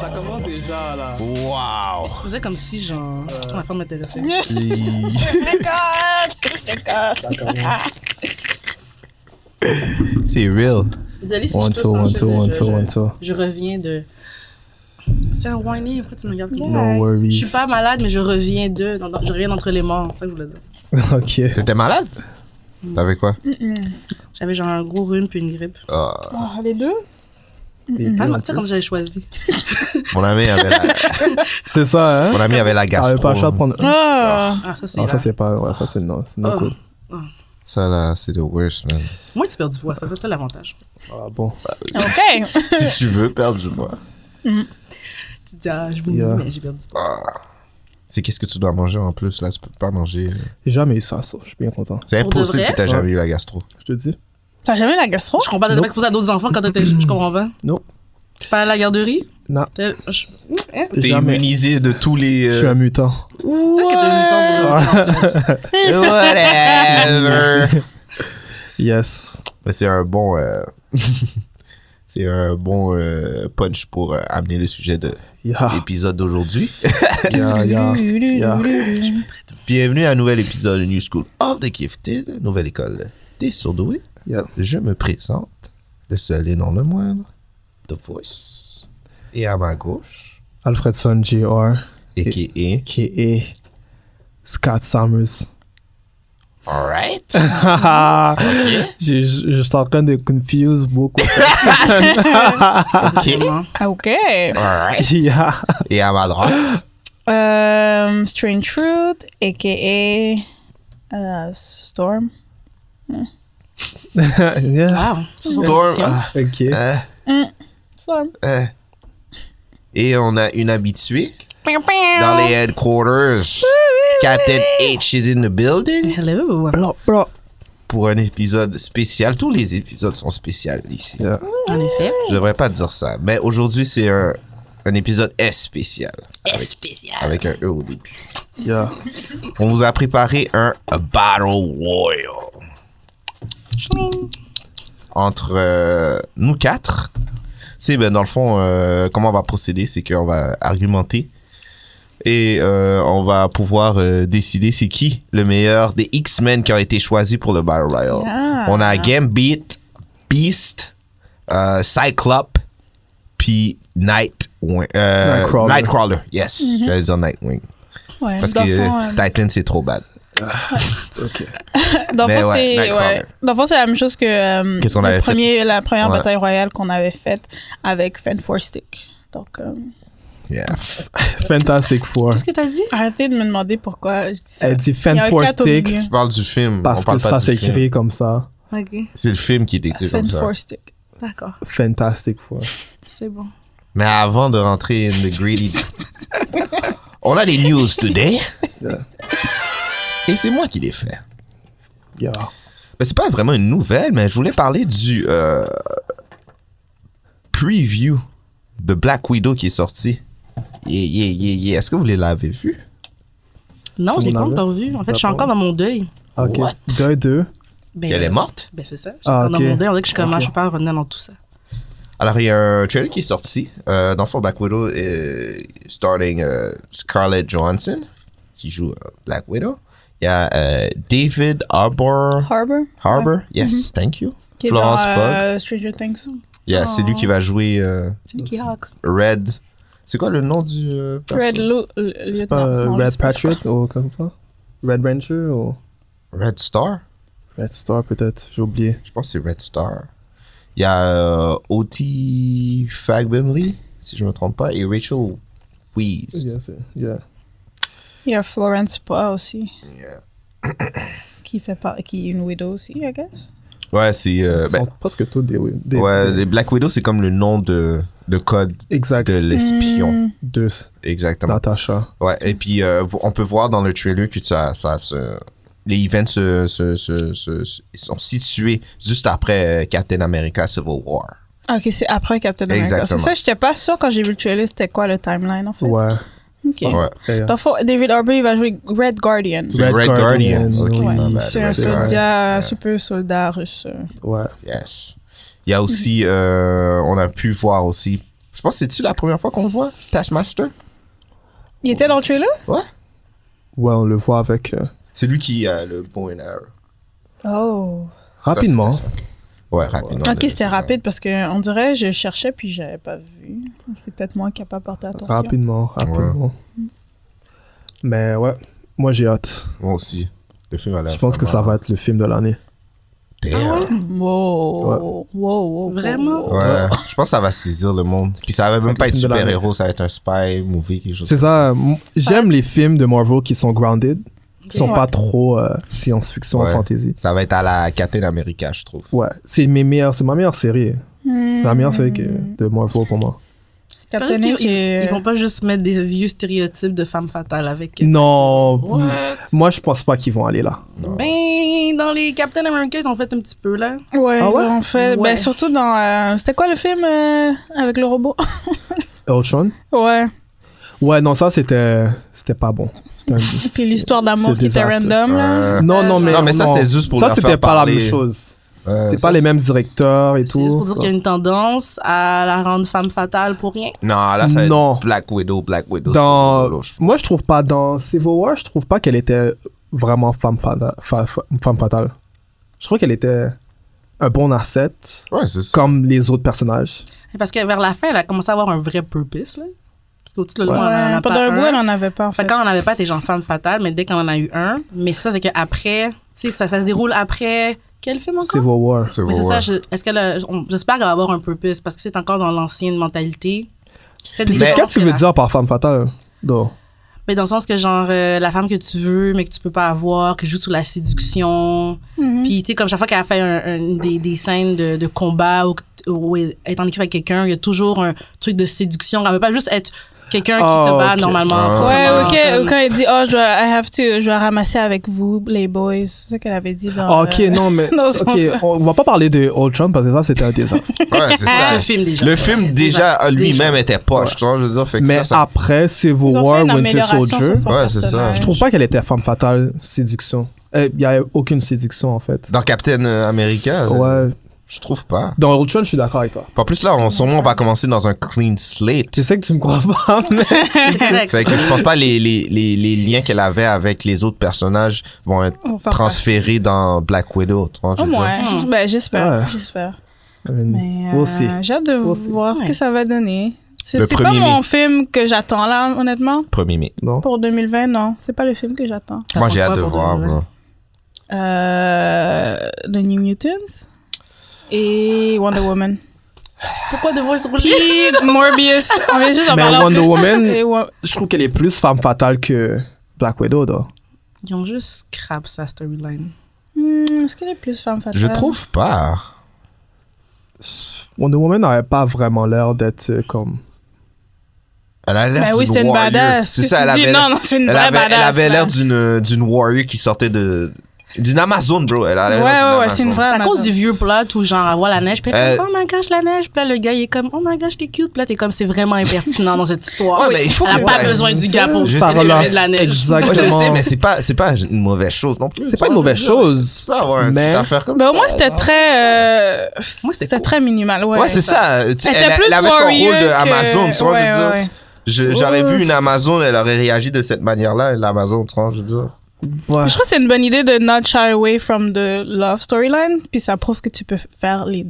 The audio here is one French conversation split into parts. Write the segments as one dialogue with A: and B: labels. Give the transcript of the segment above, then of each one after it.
A: Ça commence déjà là.
B: Waouh!
C: Je faisais comme si, genre, ma femme m'intéressait.
B: C'est real.
C: Désolée si
B: One,
C: je tousse,
B: two,
C: hein,
B: one,
C: je-
B: two,
C: je-
B: one,
C: je-
B: two, one, two.
C: Je reviens de. C'est un whiny, après tu me regardes comme ça.
B: No worries.
C: Je suis pas malade, mais je reviens de. dans- dans- Je reviens d'entre les morts, c'est ça que je voulais dire.
B: ok.
D: T'étais malade? T'avais quoi?
C: J'avais genre un gros rhume puis une grippe.
D: Ah,
E: Ah, les deux
C: Ah, non, tu sais, quand j'avais choisi.
D: mon ami avait la,
B: C'est ça, hein?
D: mon ami avait la
B: On
D: gastro.
B: avait pas le choix de prendre.
E: Ah
C: Ah, ça c'est.
B: Non, ça
C: grave.
B: c'est pas. Ouais, ça c'est non. C'est no
C: Oh.
B: good.
D: Ça là, c'est the worst, man.
C: Moi, tu perds du poids, ça c'est ça l'avantage.
B: Ah bon.
E: Ok
D: si tu veux perdre du poids,
C: Tu te dis, ah, je vous
B: Yeah.
C: mais j'ai perdu du poids.
D: c'est qu'est-ce que tu dois manger en plus? Là, tu peux pas manger. euh.
B: J'ai jamais eu ça, ça. Je suis bien content.
D: C'est
C: Pour de
D: impossible
C: vrai?
D: que t'aies jamais eu la gastro.
B: Je te dis.
E: T'as jamais la gastro
C: Je comprends pas, t'avais pas posé à d'autres enfants quand t'étais. Je comprends pas.
B: Non.
C: Tu pas à la garderie
B: Non.
C: T'es- je- Hein?
B: Jamais.
D: immunisé de tous les.
B: Je suis un mutant.
C: Peut-être que t'as eu le
B: Ah.
C: temps de-
D: Whatever!
B: Yes.
D: Mais c'est un bon. euh, c'est un bon euh, punch pour euh, amener le sujet de
B: Yeah.
D: l'épisode d'aujourd'hui.
B: Yeah, yeah. yeah.
D: Bienvenue à un nouvel épisode de New School of the Gifted, nouvelle école des surdoués.
B: Yeah.
D: Je me présente, le seul et non le moindre, The Voice. Et à ma gauche,
B: Alfredson Jr.
D: et qui est
B: K.A. Scott Summers.
D: Alright. Ah,
B: Haha. J'ai- Je je suis en train de confuse beaucoup.
D: Ok.
E: Ah, Ok
D: Alright.
B: yeah.
D: Et à ma droite,
E: Euh, Strange Fruit, a.k.a. euh, Storm.
B: yeah.
C: Wow.
D: Storm. Ah,
B: Ok.
D: ah,
E: Storm.
D: ah. Et on a une habituée dans les headquarters. Captain H is in the building.
C: Hello.
B: Bro, bro.
D: pour un épisode spécial. Tous les épisodes sont spéciaux ici.
B: Yeah.
C: En effet.
D: Je devrais pas dire ça, mais aujourd'hui, c'est un, un épisode S spécial. Avec,
C: Spécial.
D: avec un E au début.
B: Yeah.
D: On vous a préparé un Battle Royal. Entre euh, nous quatre. C'est, ben, dans le fond, euh, comment on va procéder, c'est qu'on va argumenter. Et euh, on va pouvoir euh, décider c'est qui le meilleur des X-Men qui ont été choisis pour le Battle Royale.
E: Ah.
D: On a Gambit, Beast, euh, Cyclope, puis Nightwing. euh,
B: Nightcrawler.
D: Nightcrawler, yes. J'allais dire Nightwing.
E: Ouais,
D: Parce
E: Mhm. dans
D: que
E: le fond, euh,
D: Titan, c'est trop bad.
B: Ok.
E: Dans le
D: Mais
E: fond,
D: ouais,
E: c'est
D: Nightcrawler.
E: ouais. Dans le fond, c'est la même chose que euh,
D: Qu'est-ce qu'on
E: le
D: avait fait?
E: premier- la première
D: Ouais.
E: bataille royale qu'on avait faite avec Fan Four Stick. Donc, euh,
D: Yeah.
B: Fantastic Four.
C: Qu'est-ce que t'as dit?
E: arrêtez de me demander pourquoi je dis ça.
B: Elle dit
E: Il y a
B: Fan
E: un
B: Four
E: quatre au
B: Stick
E: milieu.
D: Tu parles du film. on
B: parce
D: parle
B: que
D: pas
B: ça
D: du film.
B: s'écrit comme ça.
C: Ok.
D: C'est le film qui est écrit
E: Fan
D: comme ça.
E: Four Stick.
C: D'accord.
B: Fantastic Four.
C: C'est bon.
D: Mais avant de rentrer in the greedy. on a les news today.
B: Yeah.
D: Et c'est moi qui les fais.
B: Yeah.
D: Ben, c'est pas vraiment une nouvelle, mais je voulais parler du euh, preview de Black Widow qui est sorti. Yeah, yeah, yeah, yeah. Est-ce que vous l'avez vu?
C: Non,
B: Tout
C: je
B: le
C: l'ai pas
B: monde en
C: encore vu. En fait, je suis
B: D'accord.
C: encore dans mon deuil.
B: Ok.
D: What?
B: 2-2.
C: Ben,
D: Elle est morte?
C: Ben, c'est ça. Je suis
B: Ah,
C: encore
B: ok.
C: dans mon deuil. On dirait que je suis comme,
B: Ok.
C: ah, je suis pas revenir dans tout ça.
D: Alors, il y a un trailer qui est sorti. Euh, dans le fond, Black Widow, euh, starring euh, Scarlett Johansson, qui joue euh, Black Widow. Il y a euh, David Harbour.
E: Harbor.
D: Harbour? Yes, thank you.
E: Mm-hmm. Qui est
D: Florence
E: dans,
D: Pugh.
E: euh, Stranger Things.
D: Yeah, c'est lui qui va jouer euh,
C: C'est Nicky Hawks.
D: Red. C'est quoi le nom du. euh, perso?
E: Red Lo- euh,
B: C'est
E: Lieutenant.
B: pas euh,
E: Non, je
B: Red
E: sais pas c'est
B: Patriot ou comme ça? Red Ranger ou
D: Red Star?
B: Red Star peut-être? J'ai oublié.
D: Je pense que c'est Red Star. Il y a euh, O.T. Fagbinley, si je ne me trompe pas, et Rachel Weisz.
B: Yeah, c'est-
D: Euh,
B: yeah.
E: quoi. Il y a Florence Pugh aussi,
D: Yeah.
E: qui, fait par... qui est une widow aussi, I guess.
D: Ouais, c'est. euh,
B: Ils
D: ben,
B: sont presque tous des. des
D: ouais,
B: des-
D: les Black Widow, c'est comme le nom de, de code
B: Exact.
D: de l'espion.
E: Hmm.
B: De
D: Exactement.
B: Natasha.
D: Ouais, et puis euh, vo- on peut voir dans le trailer que ça, ça se- les events se, se- se- se- se- ils sont situés juste après euh, Captain America Civil War.
E: Ah, Ok, c'est après Captain America. C'est
D: Exactement.
E: ça, j'étais pas sûre quand j'ai vu le trailer, c'était quoi le timeline en fait.
B: Ouais.
E: Ok.
D: Ouais.
B: Très bien.
E: Dans le fond, David Arbery va jouer Red Guardian.
D: C'est Red,
B: Red
D: Guardian.
B: Guardian,
D: Ok,
B: oui.
D: my bad.
E: C'est un
D: Red Guardian.
E: soldat, super soldat russe. euh.
B: Ouais.
D: Yes. Il y a aussi, euh, on a pu voir aussi, je pense que c'est-tu la première fois qu'on le voit, Taskmaster?
E: Il était dans le trailer?
D: Ouais.
B: Ouais, on le voit avec. euh,
D: C'est lui qui a le bon and arrow.
E: Oh.
D: Ça, c'est
B: rapidement.
D: Taskmaster. Ouais, rapidement.
E: ok,
D: le-
E: c'était rapide parce que on dirait je cherchais puis j'avais pas vu. C'est peut-être moi qui n'ai pas porté attention.
B: Rapidement, rapidement. Mais ouais, moi j'ai hâte.
D: Moi aussi. Le film a l'air
B: Je pense que ça
D: Ben, vraiment-
B: va être le film de l'année. Ah
D: Damn.
E: Wow. Wow, wow, wow.
C: Vraiment?
D: Ouais, je pense que ça va saisir le monde. Puis ça va
B: Ça
D: même pas
B: va être
D: être
B: une de la-
D: super-héros, ça va être un spy movie, quelque chose.
B: C'est ça, m- j'aime les films de Marvel qui sont grounded, qui sont
E: Ouais.
B: pas trop euh, science-fiction,
D: Ouais.
B: fantasy.
D: Ça va être à la Captain America, je trouve.
B: Ouais, c'est mes meilleures, c'est ma meilleure série.
E: Hmm.
B: La meilleure série que- de Marvel pour moi.
E: Captain
C: Parce qu'ils-
E: Nick est-
C: Ils vont pas juste mettre des vieux stéréotypes de femmes fatales avec. euh,
B: Non, moi je pense pas qu'ils vont aller là.
C: Ben, dans les Captain America, ils ont fait un petit peu, là.
E: Ouais,
B: Ah ouais?
E: en fait,
C: Ouais.
E: ben surtout dans. euh, C'était quoi le film euh, avec le robot?
B: Ultron?
E: ouais.
B: Ouais, non, ça c'était c'était pas bon. C'était un-
E: Puis l'histoire
B: c'est
E: d'amour qui était
B: désastre.
E: random, là.
D: Euh,
B: Non, non, mais,
D: Non, mais ça, c'était juste pour
B: Ça,
D: leur
B: c'était
D: faire
B: pas
D: parler.
B: la même chose.
D: Euh,
B: C'est
D: ça,
B: pas les mêmes directeurs et tout.
C: C'est juste pour dire qu'il y a une tendance à la rendre femme fatale pour rien.
D: Non, là, ça va
B: Non.
D: être Black Widow, Black Widow.
B: dans
D: Solo, je-
B: moi je trouve pas dans Civil War je trouve pas qu'elle était vraiment femme fatale, femme fatale je trouve qu'elle était un bon asset
D: Ouais, c'est ça.
B: comme les autres personnages
C: Parce que vers la fin, elle a commencé à avoir un vrai purpose, là. Parce qu'au-dessus de
E: Ouais,
C: loin, on en a pas
E: pendant un bout,
C: un.
E: elle en avait pas, en
C: Fait
E: fait.
C: que quand on n'avait pas tes gens femmes fatales, mais dès qu'on en a eu un, mais ça, c'est qu'après, tu sais, ça, ça se déroule après. Quel film encore?
B: Civil War
D: C'est
C: Mais c'est
D: vrai,
C: ça,
D: ouais.
C: je- est-ce que le- on- j'espère qu'elle va avoir un purpose parce que c'est encore dans l'ancienne mentalité. Faites
B: Puis
C: des
B: c'est
C: choses
B: qu'est-ce que tu
C: que
B: veux
C: la-
B: dire par femme fatale donc
C: Mais dans le sens que, genre, euh, la femme que tu veux, mais que tu peux pas avoir, qui joue sur la séduction.
E: Mm-hmm.
C: Puis, tu sais, comme chaque fois qu'elle fait un, un- des, des scènes de, de combat ou, que- ou elle est en équipe avec quelqu'un, il y a toujours un truc de séduction. Elle veut pas juste être quelqu'un qui
B: Ah,
C: se bat
B: ok.
C: normalement.
D: Ah.
E: Ouais,
C: vraiment,
E: ok.
C: comme-
E: Quand il dit, oh, je dois, I have to, je dois ramasser avec vous, les boys. C'est ça qu'elle avait dit dans.
B: Ah, ok
E: euh,
B: non mais
E: dans ce
B: ok
E: sens-là.
B: on va pas parler de Ultron parce que ça c'était un désastre
D: Ouais, c'est ça.
C: Ce film, déjà.
D: Le film, déjà,
C: Déjà.
D: lui-même était poche, tu vois, je veux dire. Fait que
B: mais
D: ça, ça-
B: après Civil
E: Ils ont fait
B: War
E: une
B: Winter
E: amélioration sur
B: Soldier
E: son
D: Ouais, c'est ça.
E: personnage.
B: je trouve pas qu'elle était femme fatale séduction il y a aucune séduction en fait
D: Dans Captain America, euh,
B: ouais
D: je trouve pas.
B: dans Ultron je suis d'accord avec toi
D: En plus, là, on, sûrement, on va commencer dans un clean slate.
B: tu sais que tu me crois pas mais
C: C'est correct.
D: Fait que je pense pas les, les, les, les liens qu'elle avait avec les autres personnages vont être
E: Vont faire
D: transférés dans Black Widow. Tu vois, je
E: Au
D: veux dire.
E: moins. Ben, j'espère.
B: Ouais.
E: J'espère. Mais.
B: Mais,
E: euh,
B: aussi.
E: J'ai hâte de
B: We'll see.
E: voir ce que ça va donner. C'est
D: Le
E: c'est pas
D: premier
E: mon
D: mai.
E: film que j'attends, là, honnêtement.
D: 1er mai.
B: Non.
E: Pour 2020, non. C'est pas le film que j'attends.
D: Moi, j'ai
C: T'attends
D: hâte de
C: quoi pour
D: voir.
C: 2020?
D: bro.
E: Euh, The New Mutants et Wonder Woman.
C: Pourquoi devoir se rouler?
E: Puis Morbius. On vient juste en
B: Mais
E: parler en
B: Wonder
E: plus.
B: Woman-
E: Et Wo-
B: Je trouve qu'elle est plus femme fatale que Black Widow, là.
C: Ils ont juste scrap sa storyline.
E: Hmm, Est-ce qu'elle est plus femme fatale
D: Je trouve pas.
B: Wonder Woman n'avait pas vraiment l'air d'être euh, comme.
D: Elle a l'air
E: Ben
D: d'une
E: oui, c'est une
D: warrior.
E: badass.
D: C'est
E: Qu'est-ce
D: ça,
E: que
D: elle
E: tu dis?
D: avait,
E: Non, non, c'est une
D: elle
E: vraie
D: avait, elle
E: badass,
D: avait
E: là.
D: l'air d'une d'une warrior qui sortait de d'une Amazon, bro. Elle a l'air d'une
E: Ouais, ouais, ouais,
D: Amazon.
E: c'est une vraie-
C: C'est à
E: Amazon.
C: cause du vieux plot où genre elle voit la neige, puis elle est
D: Euh,
C: comme, oh my gosh la neige, puis là le gars il est comme oh my gosh t'es cute, puis là t'es comme c'est vraiment impertinent dans cette histoire.
E: Ah
D: Ouais, mais il faut
C: elle a
D: que-
C: pas
D: ouais.
C: besoin du gars pour
B: Je
D: sais,
C: célébrer
D: relance.
C: de la neige.
B: Exact.
D: Ouais, je
B: Exactement.
D: sais, mais c'est pas c'est pas une mauvaise chose non plus.
B: C'est pas une mauvaise chose.
D: Ça, avoir une
B: mais-
D: petite affaire comme
E: Mais
D: ça.
E: Ben, au moins, c'était très. euh, c'était
C: cool.
E: très minimal. Ouais,
D: Ouais, c'est ça. Tu sais,
E: Elle
D: Elle,
E: était
D: elle
E: plus
D: avait son
E: warrior
D: rôle de
E: que-
D: Amazon, tu vois,
E: ouais,
D: je veux
E: ouais.
D: dire. Je- J'aurais vu une Amazon, elle aurait réagi de cette manière-là, l'Amazon, tu vois, je veux dire.
B: Ouais.
E: Je trouve que c'est une bonne idée de not shy away from the love storyline, puis ça prouve que tu peux faire les,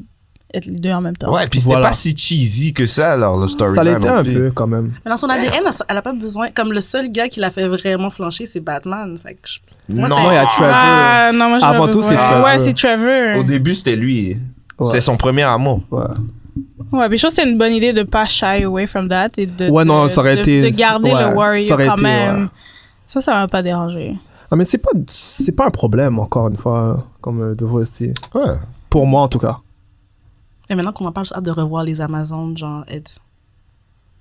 E: être les deux en même temps.
D: Ouais, puis c'était
B: Voilà.
D: pas si cheesy que ça, alors, le storyline.
B: Ça l'était
D: non
B: un
D: plus.
B: peu quand même.
C: Mais dans son ADN, elle, elle a pas besoin. Comme le seul gars qui l'a fait vraiment flancher, c'est Batman. Fait que je- moi,
D: Non,
C: c'était-
B: Non, il y a Trevor.
E: Ah, non, moi, j'en ai
B: Avant tout,
E: besoin.
B: c'est Trevor.
E: Ouais, c'est Trevor.
D: Au début, c'était lui.
B: Ouais.
D: C'est son premier amour.
B: Ouais.
E: Ouais, puis je trouve que c'est une bonne idée de pas shy away from that et de,
B: Ouais,
E: de-
B: non, ça aurait
E: de-
B: été-
E: de garder
B: ouais,
E: le warrior
B: ça aurait
E: quand
B: été,
E: même.
B: ouais.
E: Ça, ça m'a pas dérangé.
B: Ah, mais c'est pas, c'est pas un problème, encore une fois, comme euh, de vous aussi.
D: Ouais.
B: Pour moi, en tout cas.
C: Et maintenant qu'on en parle, j'ai hâte de revoir les Amazones, genre, être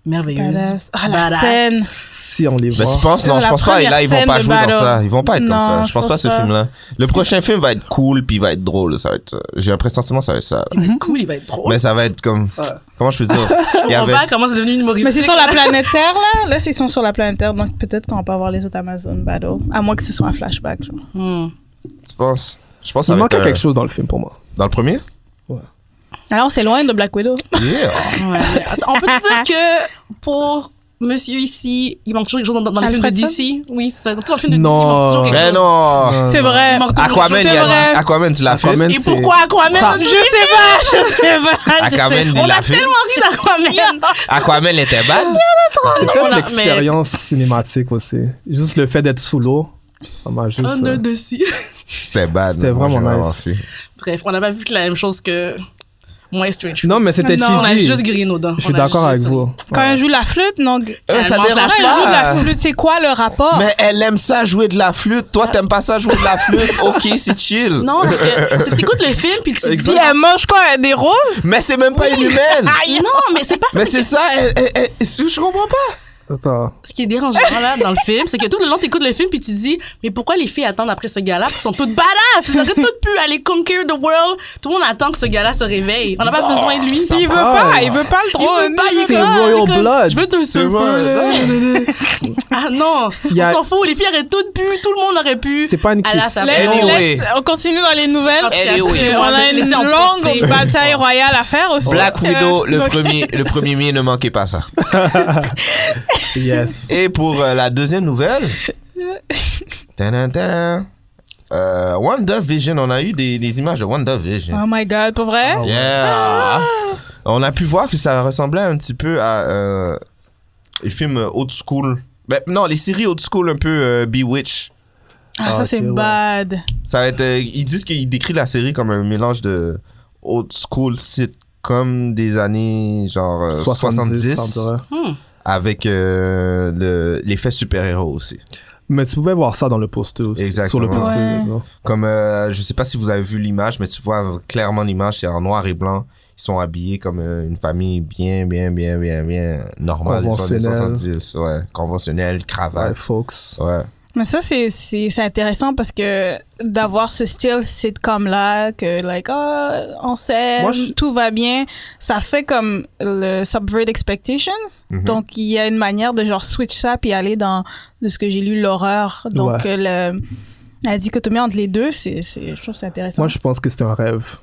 C: merveilleuse.
E: Badass. Ah, la
C: Badass.
E: scène.
B: Si on les
D: Ben,
B: voit.
D: tu penses, non,
E: La
D: je pense pas. Et là,
E: première
D: ils vont
E: scène
D: pas
E: de
D: jouer
E: battle.
D: dans ça. Ils vont pas être comme
E: Non,
D: ça. Je pense pas à ce
E: pas.
D: film-là. Le prochain film va être cool, puis il va être drôle. Ça va être. J'ai un pressentiment, ça va être ça.
C: Il va
E: Mhm.
C: être cool, il va être drôle.
D: Mais ça va être comme. Comment je peux dire Il y
C: On
D: avait.
C: voit comment c'est devenu une humoristique.
E: Mais c'est sur la planète Terre, là. Là, c'est ils sont sur la planète Terre, donc peut-être qu'on peut avoir les autres Amazon Battle. À moins que ce soit un flashback, genre.
C: Hmm.
D: Tu penses Je pense que ça
B: Il
D: va
B: manquait
D: être. un-
B: quelque chose dans le film pour moi.
D: Dans le premier
E: Alors, on s'éloigne de Black Widow.
D: Yeah.
C: Ouais, mais attends, on peut dire que pour monsieur ici, il manque toujours quelque chose dans, dans les films de
E: Alfredson?
C: DC. Oui, c'est ça. Dans tous les films de DC, il
B: Non.
C: manque toujours quelque
D: Mais
E: Ben
C: chose.
D: non
E: C'est vrai.
C: Il manque toujours
D: Aquaman, il
C: quelque
D: y a
C: chose.
D: dit.
E: vrai.
D: Aquaman, tu l'as fait.
B: Aquaman,
C: Et
B: c'est-
C: pourquoi Aquaman
E: Je sais pas, je sais pas. je sais
D: Aquaman,
E: pas.
D: il
C: On a
D: l'a fait.
C: tellement ri d'Aquaman.
D: Aquaman était bad.
B: C'est
C: on a-
B: peut-être l'expérience cinématique aussi. Juste le fait d'être sous l'eau, ça m'a juste.
C: Un, deux,
B: euh,
C: deux, six.
D: C'était bad.
B: C'était
D: Moi, j'ai
B: vraiment nice.
D: fait.
C: Bref, on n'a pas vu que la même chose que moi et Strange.
B: Non, mais c'était
E: Non,
C: on a
B: cheesy.
C: juste grillé nos dents.
B: Je suis
C: On a
B: d'accord avec
C: juste-
B: vous.
E: Quand elle joue la flûte, non. Quand
D: Euh,
C: Elle
D: Ça
C: mange la
D: dérange
C: flûte,
E: elle joue la
D: pas.
E: flûte, c'est quoi le rapport?
D: Mais elle aime ça jouer de la flûte. Toi, t'aimes pas ça jouer de la flûte. Ok, c'est chill.
C: Non, c'est que c'est que t'écoutes le film puis tu te dis.
E: Si elle mange quoi? Des roses?
D: Mais c'est même pas une humaine.
C: Non, mais c'est pas ça.
D: Mais c'est ça, elle- elle- elle- c'est- je comprends pas.
B: Attends.
C: Ce qui est dérangeant là dans le film, c'est que tout le long t'écoutes le film puis tu te dis mais pourquoi les filles attendent après ce gars-là Elles sont toutes badass, elles arrêtent toutes plus aller conquer the world. Tout le monde attend que ce gars-là se réveille. On n'a pas besoin de lui.
E: Il veut pas, il veut pas le
C: Il
E: trône.
C: veut pas, il est
B: C'est
C: comme-
B: Royal
C: il est comme,
B: Blood.
C: Je veux deux
D: C'est Royal
C: surfeurs. ah non,
B: Il y a-
C: on s'en fout. Les filles auraient toutes pu, tout le monde aurait pu.
B: C'est pas une
C: Ah là,
B: kiss.
C: ça va.
E: Laisse-
D: Anyway.
E: laisse- on continue dans les nouvelles.
C: Ah, c'est
D: Anyway.
C: assez
E: On
C: loin,
E: a
C: laissez
E: une
C: en porter.
E: longue bataille royale à faire aussi.
D: Black
E: Euh,
D: Widow, le
E: donc-
D: premier, le premier mai, ne manquez pas ça.
B: Yes.
D: Et pour euh, la deuxième nouvelle, tadam, tadam, euh, WandaVision, on a eu des, des images de WandaVision.
E: Oh my god, pour vrai?
D: Yeah. On a pu voir que ça ressemblait un petit peu à euh, les films old school. Ben, non, les séries old school un peu euh, Bewitch.
E: Ah, ça
D: oh,
B: ok,
E: c'est
B: ouais.
E: bad.
D: Ça va être, euh, ils disent qu'ils décrivent la série comme un mélange de old school sitcom des années genre euh, 70,
B: 70, ça me dirait.
D: avec euh, le- l'effet super-héros aussi.
B: Mais tu pouvais voir ça dans le poster aussi. Sur
D: Exactement.
B: le poster.
E: Ouais.
B: je veux dire.
D: Comme euh, je sais pas si vous avez vu l'image, mais tu vois clairement l'image, c'est en noir et blanc. Ils sont habillés comme euh, une famille bien, bien, bien, bien, bien normale. des fois, des
B: Conventionnelle.
D: 70, ouais, conventionnelle,
B: Ouais,
D: cravate.
B: folks.
D: Ouais.
E: Mais ça, c'est, c'est, c'est intéressant parce que d'avoir ce style sitcom-là, que, like, ah, on s'aime,
B: Moi, je-
E: tout va bien, ça fait comme le subvert expectations.
D: Mhm.
E: Donc, il y a une manière de, genre, switch ça puis aller dans, de ce que j'ai lu, l'horreur. Donc, euh, le, la dichotomie entre les deux, c'est, c'est, je trouve ça intéressant.
B: Moi, je pense que c'était un rêve.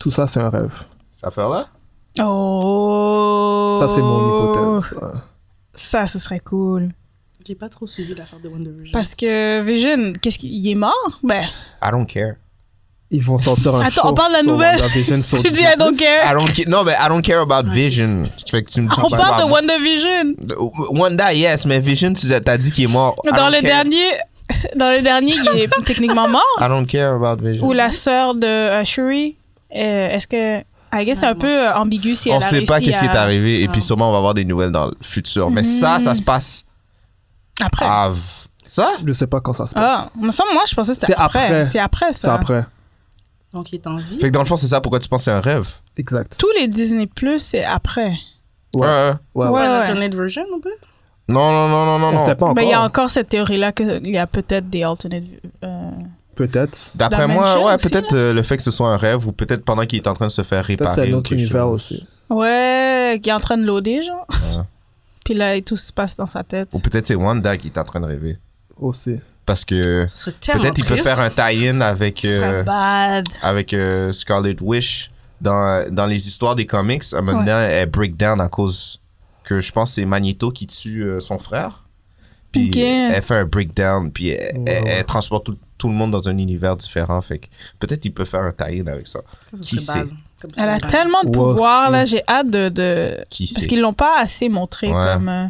B: Tout ça, c'est un rêve.
D: Ça fait là?
E: Oh!
B: Ça, c'est mon hypothèse. Ouais.
E: Ça, ce serait cool.
C: J'ai pas trop suivi l'affaire de Wonder Vision.
E: Parce que Vision, qu'est-ce qu'il il est mort? Ben,
D: I don't care.
B: Ils vont sortir un
E: Attends,
B: show
E: on parle de la
B: sur
E: nouvelle.
B: WandaVision sur
E: tu dis,
B: Disney+.
E: I don't care.
D: I don't care. Non, mais I don't care about Vision. Fait que tu me dis
E: On
D: pas
E: parle de
D: about-
E: WandaVision.
D: de Wanda, yes, mais Vision, tu as- t'as dit qu'il est mort. I
E: Dans
D: don't
E: le
D: care.
E: dernier, dans le dernier, il est techniquement mort.
D: I don't care about Vision.
E: Ou la sœur de euh, Shuri. euh, Est-ce que, I guess, c'est un peu euh, ambigu si
D: on
E: elle a
D: sait pas
E: réussi
D: qu'est-ce qui
E: à- Ah.
D: est arrivé et puis sûrement on va avoir des nouvelles dans le futur. Mais ça, ça se passe
E: Mm. Après. Ah,
D: à... Ça?
B: Je sais pas quand ça se passe.
E: il me semble, moi, je pensais que c'était
B: C'est
E: après.
B: après.
E: C'est après
B: C'est
E: Ah, ça.
B: après.
C: Donc il est en vie.
D: Fait que dans le fond, c'est ça pourquoi tu penses que c'est un rêve.
B: Exact.
E: Tous les Disney Plus, c'est après.
B: Ouais.
D: Ouais.
B: Ouais,
E: Ouais,
B: ouais.
C: Ouais,
E: ouais.
C: l'alternate version, on peut
D: Non, non, non, non, non.
B: On
D: non.
B: sait pas encore.
E: Mais Ben, il y a encore cette théorie-là qu'il y a peut-être des alternate. euh,
B: Peut-être.
D: D'après
E: La
D: moi,
E: mansion
D: ouais,
E: aussi,
D: peut-être euh, le fait que ce soit un rêve ou peut-être pendant qu'il est en train de se faire
B: Peut-être
D: réparer.
B: c'est un
D: ou
B: autre
D: quelque
B: univers
D: chose.
B: aussi.
E: Ouais, qui est en train de loader, genre.
D: Ouais.
E: Puis là, et tout se passe dans sa tête.
D: Ou peut-être c'est Wanda qui est en train de rêver.
B: Aussi.
D: Parce que
C: Ça serait tellement
D: peut-être il peut
C: triste.
D: faire un tie-in avec, euh,
E: Très bad.
D: avec euh, Scarlet Witch dans, dans les histoires des comics. À un moment donné, elle break down à cause que je pense que c'est Magneto qui tue euh, son frère. Puis
E: Ok.
D: elle fait un breakdown, puis elle,
B: Ouais,
D: elle-
B: ouais.
D: elle transporte tout, tout le monde dans un univers différent. Fait que peut-être il peut faire un tie-in avec ça.
C: Ça
D: Qui
C: serait
D: sait?
C: bad. Comme ça,
E: Elle a
C: on parle.
E: tellement de
B: Ouais,
E: pouvoir,
B: c'est-
E: là. J'ai hâte de. de...
D: Qui sait?
E: Parce qu'ils l'ont pas assez montré
D: Ouais.
E: comme. euh,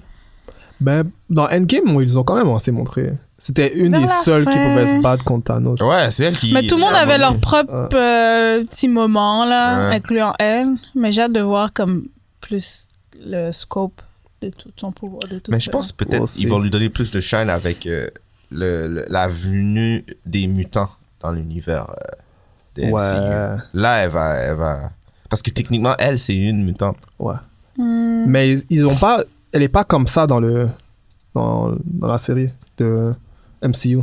B: Ben, dans Endgame, ils ont quand même assez montré. C'était une
E: Vers
B: des
E: la
B: seules qui
E: fin.
B: pouvait se battre contre Thanos.
D: Ouais, c'est elle qui.
E: Mais tout le monde avait leur propre euh, petit moment, là,
D: Ouais.
E: incluant elle. Mais j'ai hâte de voir comme plus le scope de tout son pouvoir. De tout
D: Mais je
E: ça.
D: pense peut-être
B: Aussi.
D: ils vont lui donner plus de shine avec euh, le, le- la venue des mutants dans l'univers euh, MCU.
B: Ouais.
D: Là, elle va, elle va. Parce que techniquement, elle, c'est une mutante.
B: Ouais. Mais ils, ils ont pas. Elle est pas comme ça dans le. Dans, dans la série de MCU.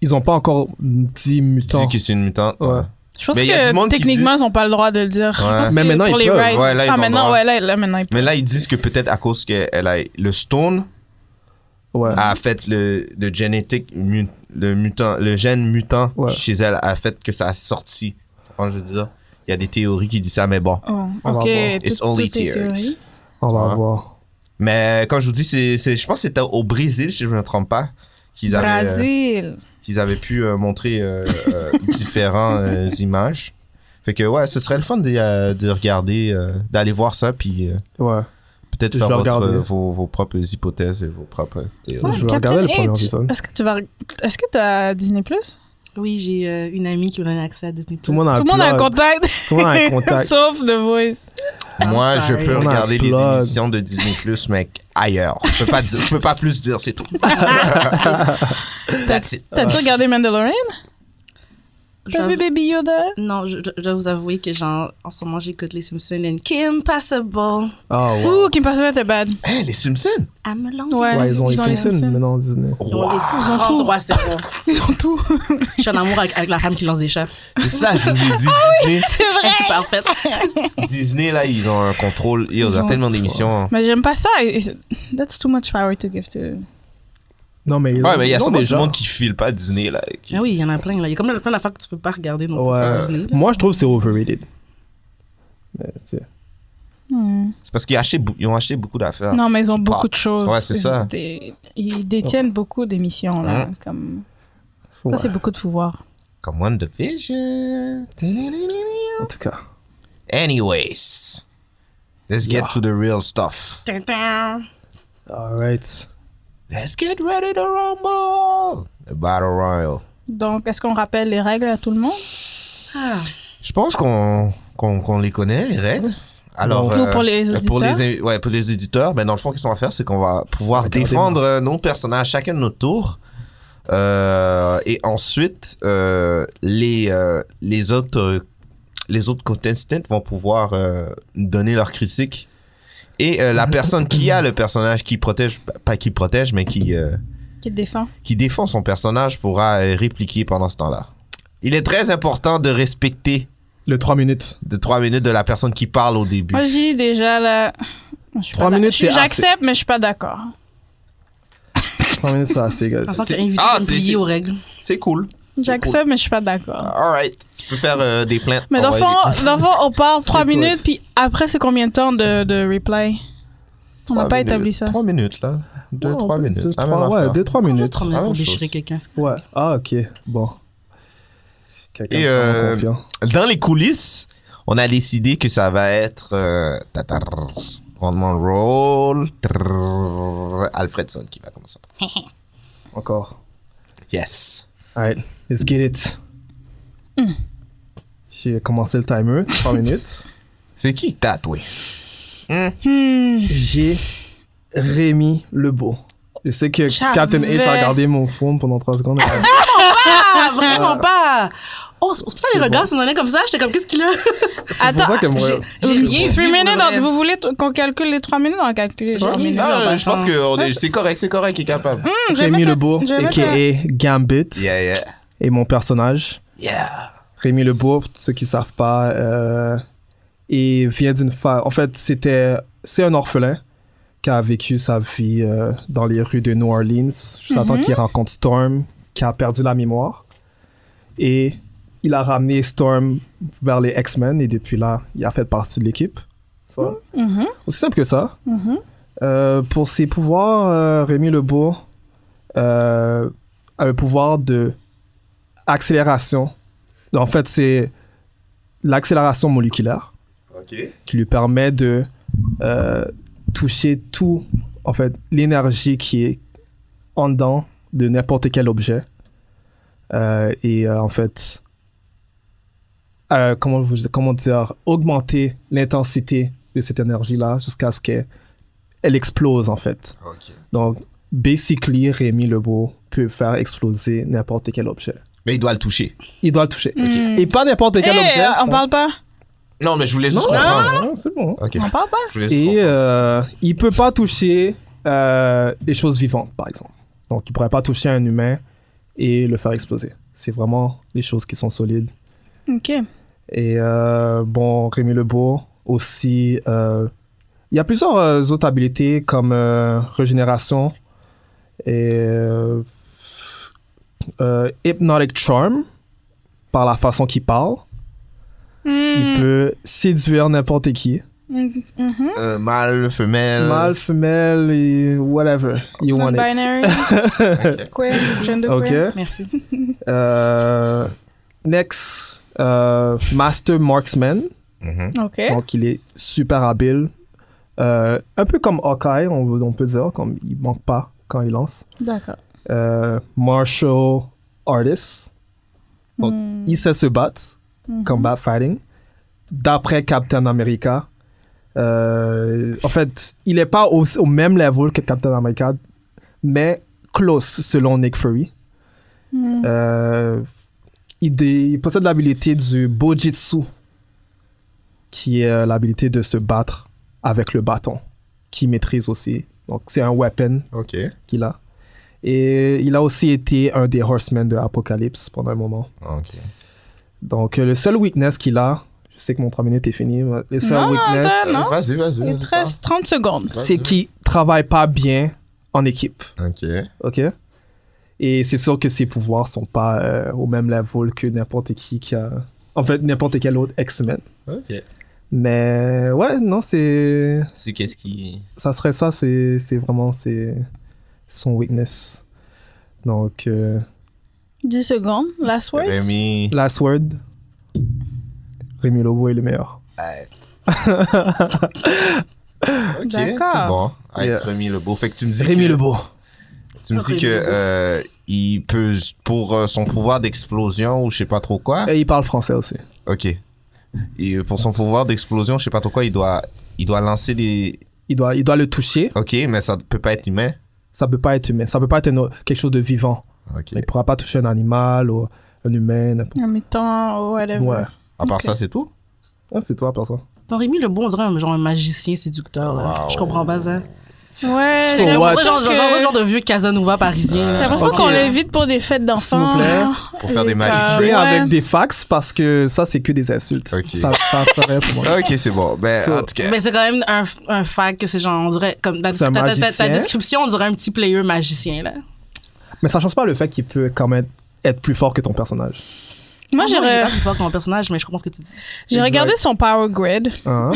B: Ils ont pas encore dit
D: Tu
B: mutant.
D: dis que c'est une mutante.
B: Ouais.
E: Je pense
D: Mais il y a du monde
E: que
D: qui
E: techniquement,
D: disent-
E: ils n'ont pas le droit de le dire. Je pense que
B: Mais
E: c'est
B: maintenant,
E: pour
B: ils
E: les
B: peuvent.
E: rights.
D: Ouais, là, ils ont
E: ah,
D: le
E: maintenant,
D: droit.
E: ouais, là, là, maintenant, ils peuvent.
D: Mais là, ils disent que peut-être à cause qu'elle a le stone
B: Ouais.
D: a fait le, le génétique mu- le mutant le gène mutant
B: Ouais.
D: chez elle a fait que ça a sorti. Comment je veux dire Il y a des théories qui disent ça, mais bon.
E: Oh,
B: On va
E: ok.
B: voir.
E: Tout-
D: It's only
E: tout est
D: tears.
E: théorie.
B: On va
D: Ouais.
B: voir.
D: Mais quand je vous dis, c'est, c'est- je pense que c'était au Brésil, si je ne me trompe pas, qu'ils avaient, euh,
E: Brésil.
D: qu'ils avaient pu euh, montrer différentes images. Fait que ouais, ce serait le fun de, euh, de regarder, euh, d'aller voir ça, puis euh,
B: Ouais.
D: peut-être
B: Je
D: faire
B: vais
D: votre,
B: regarder.
D: euh, vos, vos propres hypothèses et vos propres théories.
B: Ouais. je vais regarder le premier épisode.
E: Est-ce que tu vas. Est-ce que tu as Disney Plus
C: Oui, j'ai euh, une amie qui me donne accès à Disney+.
B: Tout le monde a
E: Tout
B: un
E: le monde a un
B: plug.
E: contact,
B: Tout le monde a un contact.
E: sauf The Voice.
C: I'm
D: Moi, je
C: sorry.
D: peux
B: On a un
D: regarder les
B: plug.
D: émissions de Disney Plus, mais ailleurs. Je peux pas dire, je peux pas plus dire, c'est tout. That's it.
B: Ah.
E: T'as-tu regardé Mandalorian?
C: Je
E: T'as vu
C: dois-
E: Baby Yoda?
C: Non, je, je dois vous avouer que genre, en ce moment, j'écoute les Simpsons and Kim Possible.
B: Ah ouais.
E: Ouh, Kim Possible était bad.
D: Hey, les Simpsons.
C: I'm alone.
E: Ouais.
B: Ouais, ils ont les
E: Ils ont les
B: Simpsons
E: Simpsons.
B: maintenant, Disney.
C: Ils ont
D: Wow.
C: des grands droits, c'est bon.
E: Ils ont tout.
C: Je suis en amour avec, avec la femme qui lance des chats.
D: C'est ça, je vous ai dit, Disney,
E: C'est
C: Elle
E: vrai.
C: est parfaite.
D: Disney, là, ils ont un contrôle. Ils ont
E: ont-
D: tellement d'émissions.
E: Mais j'aime pas ça. Et- et- That's too much power to give to.
B: Non, mais ils
D: Ouais, mais il y a
B: ils ont
D: sûrement du
B: déjà.
D: monde qui file pas Disney, là. qui-
C: Ah oui, il y en a plein. Là. Il y a comme plein d'affaires que tu peux pas regarder non plus
B: Ouais.
C: sur Disney. là.
B: Moi, je trouve que c'est overrated. Mais, tu sais.
E: Hmm. Ah.
D: C'est parce qu'ils ont acheté, bou- ils ont acheté beaucoup d'affaires.
E: Non, mais ils ont
D: Qui
E: beaucoup
D: parle.
E: de choses.
D: Ouais, c'est
E: Ils-
D: ça.
E: des- Ils détiennent beaucoup d'émissions, là. Comme...
B: Oh. Ouais.
E: Ça, c'est beaucoup de pouvoir.
D: Comme WandaVision.
B: En tout cas.
D: Anyways. Let's get to the real stuff.
B: Alright.
D: Let's get ready to rumble. The Battle Royale.
E: Donc, est-ce qu'on rappelle les règles à tout le monde?
C: Ah.
D: Je pense qu'on qu'on- qu'on les connaît, les règles. Alors, euh,
E: Nous, pour les
C: Euh,
D: pour
E: auditeurs.
D: les, ouais, pour les éditeurs, ben, dans le fond, qu'est-ce qu'on va faire? C'est qu'on va pouvoir défendre euh, nos personnages chacun de notre tour. Euh, et ensuite, euh, les, euh, les autres, euh, les autres contestants vont pouvoir euh, donner leur critique. Et euh, la personne qui a le personnage qui protège, pas qui protège, mais qui, euh,
E: Qui te défend?
D: qui défend son personnage pourra euh, répliquer pendant ce temps-là. Il est très important de respecter
B: Le 3 minutes.
D: de 3 minutes de la personne qui parle au début.
E: Moi, j'ai déjà la. Je suis
B: Trois
E: pas d'a-
B: minutes,
E: je-
B: c'est
E: J'accepte, mais je suis pas d'accord.
B: 3 minutes, c'est assez, guys.
C: Enfin,
D: C'est-
C: t'es invité
D: Ah,
C: à
D: c'est-
C: me
D: c'est-
C: plier aux règles.
D: C'est cool.
E: J'accepte, mais je suis pas d'accord.
D: Alright. Tu peux faire euh, des plaintes.
E: Mais dans le
B: Ah
D: Envoyer des-
E: fond, dans le fond, on parle trois
B: Désolé.
E: minutes, puis après, c'est combien de temps de, de replay? On n'a
D: Trois
E: pas
D: minutes.
E: établi ça.
D: Trois minutes, là. Deux, trois minutes.
B: Deux,
D: la
B: trois-
D: même
B: ouais,
D: affaire.
B: 2-3
C: Juste
B: minutes.
C: 30 minutes
D: Ah,
C: pour
D: même chose.
C: déchirer quelqu'un. c'est-
B: Ouais. Ah, ok. Bon. Quelqu'un
D: Et,
B: de vraiment
D: euh,
B: confiant.
D: Dans les coulisses, on a décidé que ça va être... Euh, tatar, rendement roll. trrr, Alfredson qui va commencer.
B: Encore.
D: Yes.
B: Alright, let's get it.
E: Hmm.
B: J'ai commencé le timer, 3 minutes.
D: C'est qui que t'as, toi?
E: Hmm.
B: J'ai Rémi Lebeau. Je sais que
E: J'avais-
B: Captain H a regardé mon phone pendant 3 secondes.
C: Ah, vraiment pas! Oh, c'est pour ça que
B: C'est
C: les regards
B: bon.
C: se donnaient comme ça. J'étais comme, qu'est-ce qu'il a?
B: C'est pour ça que moi.
C: j'ai- J'ai rien vu.
E: Three
C: pour de
E: minutes,
C: vrai.
E: donc, vous voulez t- qu'on calcule les trois minutes? On calcule.
C: J'ai rien vu. en
D: Ah, je Hein?
C: passant.
D: pense que on est- c'est correct, c'est correct, il est capable.
B: Ah, Rémi
E: mettre-
B: Lebeau,
E: je vais mettre
B: a.k.a. Gambit,
D: Yeah, yeah.
B: et mon personnage.
D: Yeah.
B: Rémi Lebeau, pour ceux qui ne savent pas, euh, et vient d'une famille. En fait, c'était c'est un orphelin qui a vécu sa vie euh, dans les rues de New Orleans. J'attends qu'il rencontre Storm, qui a perdu la mémoire. Et il a ramené Storm vers les X-Men, et depuis là, il a fait partie de l'équipe. Ça va?
E: Mhm.
B: Aussi simple que ça.
E: Mhm.
B: Euh, pour ses pouvoirs, euh, Rémi Lebeau euh, a le pouvoir de accélération. En fait, c'est l'accélération moléculaire
D: OK.
B: qui lui permet de euh, toucher tout, en fait, l'énergie qui est en dedans de n'importe quel objet. Euh, et euh, en fait, euh, comment, vous- comment dire, augmenter l'intensité de cette énergie-là jusqu'à ce qu'elle elle explose, en fait.
D: OK.
B: Donc, basically, Rémi Lebeau peut faire exploser n'importe quel objet.
D: Mais il doit le toucher.
B: Il doit le toucher. Et pas n'importe quel
E: Eh,
B: objet.
E: euh, on
B: ça.
E: parle pas.
D: Non, mais je voulais juste
B: Non,
D: comprendre.
B: non, non, Ah, c'est bon.
D: Ok.
E: On parle pas.
D: Je voulais juste
B: Et
D: comprendre.
B: euh, il peut pas toucher euh, des choses vivantes, par exemple. Donc, il pourrait pas toucher un humain et le faire exploser. C'est vraiment les choses qui sont solides.
E: Ok.
B: Et euh, bon, Rémi Lebourg aussi. euh, il y a plusieurs euh, autres habilités comme euh, régénération et euh, euh, hypnotic charm par la façon qu'il parle.
E: Hmm.
B: Il
E: Mm-hmm.
B: peut séduire n'importe qui.
E: Mhm.
D: Euh, mâle, femelle.
B: Mâle, femelle, et whatever you want it.
E: Non-binary, queer,
B: Ok.
E: genderqueer.
C: Merci.
B: Euh, next, euh, Master Marksman.
D: Mhm.
E: Ok.
B: Donc, il est super habile. Euh, un peu comme Hawkeye, on, on peut dire, comme il manque pas quand il lance.
E: D'accord.
B: Euh, martial artist. Donc,
E: Hmm.
B: il sait se battre, combat fighting. D'après Captain America. Euh, en fait, il n'est pas au, au même level que Captain America, mais close selon Nick Fury. Euh, il, dé- il possède l'habilité du Bojitsu, qui est euh, l'habilité de se battre avec le bâton, qu'il maîtrise aussi. Donc, c'est un weapon
D: Ok.
B: qu'il a. Et il a aussi été un des Horsemen de Apocalypse pendant un moment.
D: Ok.
B: Donc, euh, le seul weakness qu'il a, je sais que mon 3 minutes est fini, mais le seul
E: Non,
B: weakness,
E: attends, non.
D: Vas-y, vas-y.
E: Il
D: vas-y.
E: te reste 30 secondes.
B: c'est qu'il travaille pas bien en équipe.
D: Ok.
B: OK? Et c'est sûr que ses pouvoirs sont pas euh, au même level que n'importe qui qui a. En fait, n'importe quel autre X-Men.
D: Ok.
B: Mais ouais, non, c'est.
D: C'est qu'est-ce qui.
B: Ça serait ça, c'est c'est vraiment c'est son weakness. Donc, euh,
E: 10 secondes. Last word.
D: Rémi.
B: Last Word. Rémi Lobo est le meilleur.
D: Ouais. ok.
E: D'accord.
D: C'est bon. Avec
B: Yeah.
D: Rémi Lebeau. Fait que tu me dis.
B: Rémi
D: que-
B: Lobo.
D: Tu me dis
C: Rémi
D: que
C: Lebeau.
D: euh, il peut pour euh, son pouvoir d'explosion ou je sais pas trop quoi.
B: Et il parle français aussi.
E: Euh.
D: Ok. Et euh, pour son pouvoir d'explosion, je sais pas trop quoi, il doit il doit lancer des.
B: Il doit, il doit le toucher.
D: Ok, mais ça peut pas être humain.
B: Ça peut pas être humain. Ça peut pas être un autre- quelque chose de vivant.
D: Ok.
B: Il pourra pas toucher un animal ou un humain. n'importe-
E: Un mutant, whatever.
B: Ouais.
D: À part
E: Ok.
D: ça, c'est tout. Ah,
B: Ouais, c'est toi, personne.
C: Ton Rémi Lebon, on dirait un genre un magicien séducteur. Là.
D: Wow.
C: Je comprends pas ça.
E: Ouais,
B: So
E: j'ai
B: what?
C: Genre, genre, genre, genre
E: l'impression que-
C: de vieux Casanova parisien.
E: j'ai
C: là.
E: l'impression
B: Ok.
E: qu'on l'invite pour des fêtes d'enfants.
B: S'il vous plaît.
D: Pour faire des
E: Et
D: magic
B: Et
E: Euh, ouais.
B: avec des fax parce que ça, c'est que des insultes.
D: Ok.
B: Ça, ça ferait pour moi.
D: Ok, c'est bon. Ben
B: So-
D: en tout cas.
C: Mais c'est quand même un, un fact que c'est genre, on dirait, comme ta,
B: C'est un
C: ta- ta- ta- ta
B: magicien.
C: description, on dirait un petit player magicien, là.
B: Mais ça change pas le fait qu'il peut quand même être plus fort que ton personnage.
E: Moi, j'ai
C: il est
E: re-
C: pas plus fort que mon personnage, mais je comprends ce que tu dis.
E: j'ai
B: Exact.
E: regardé son Power Grid.
B: Hein?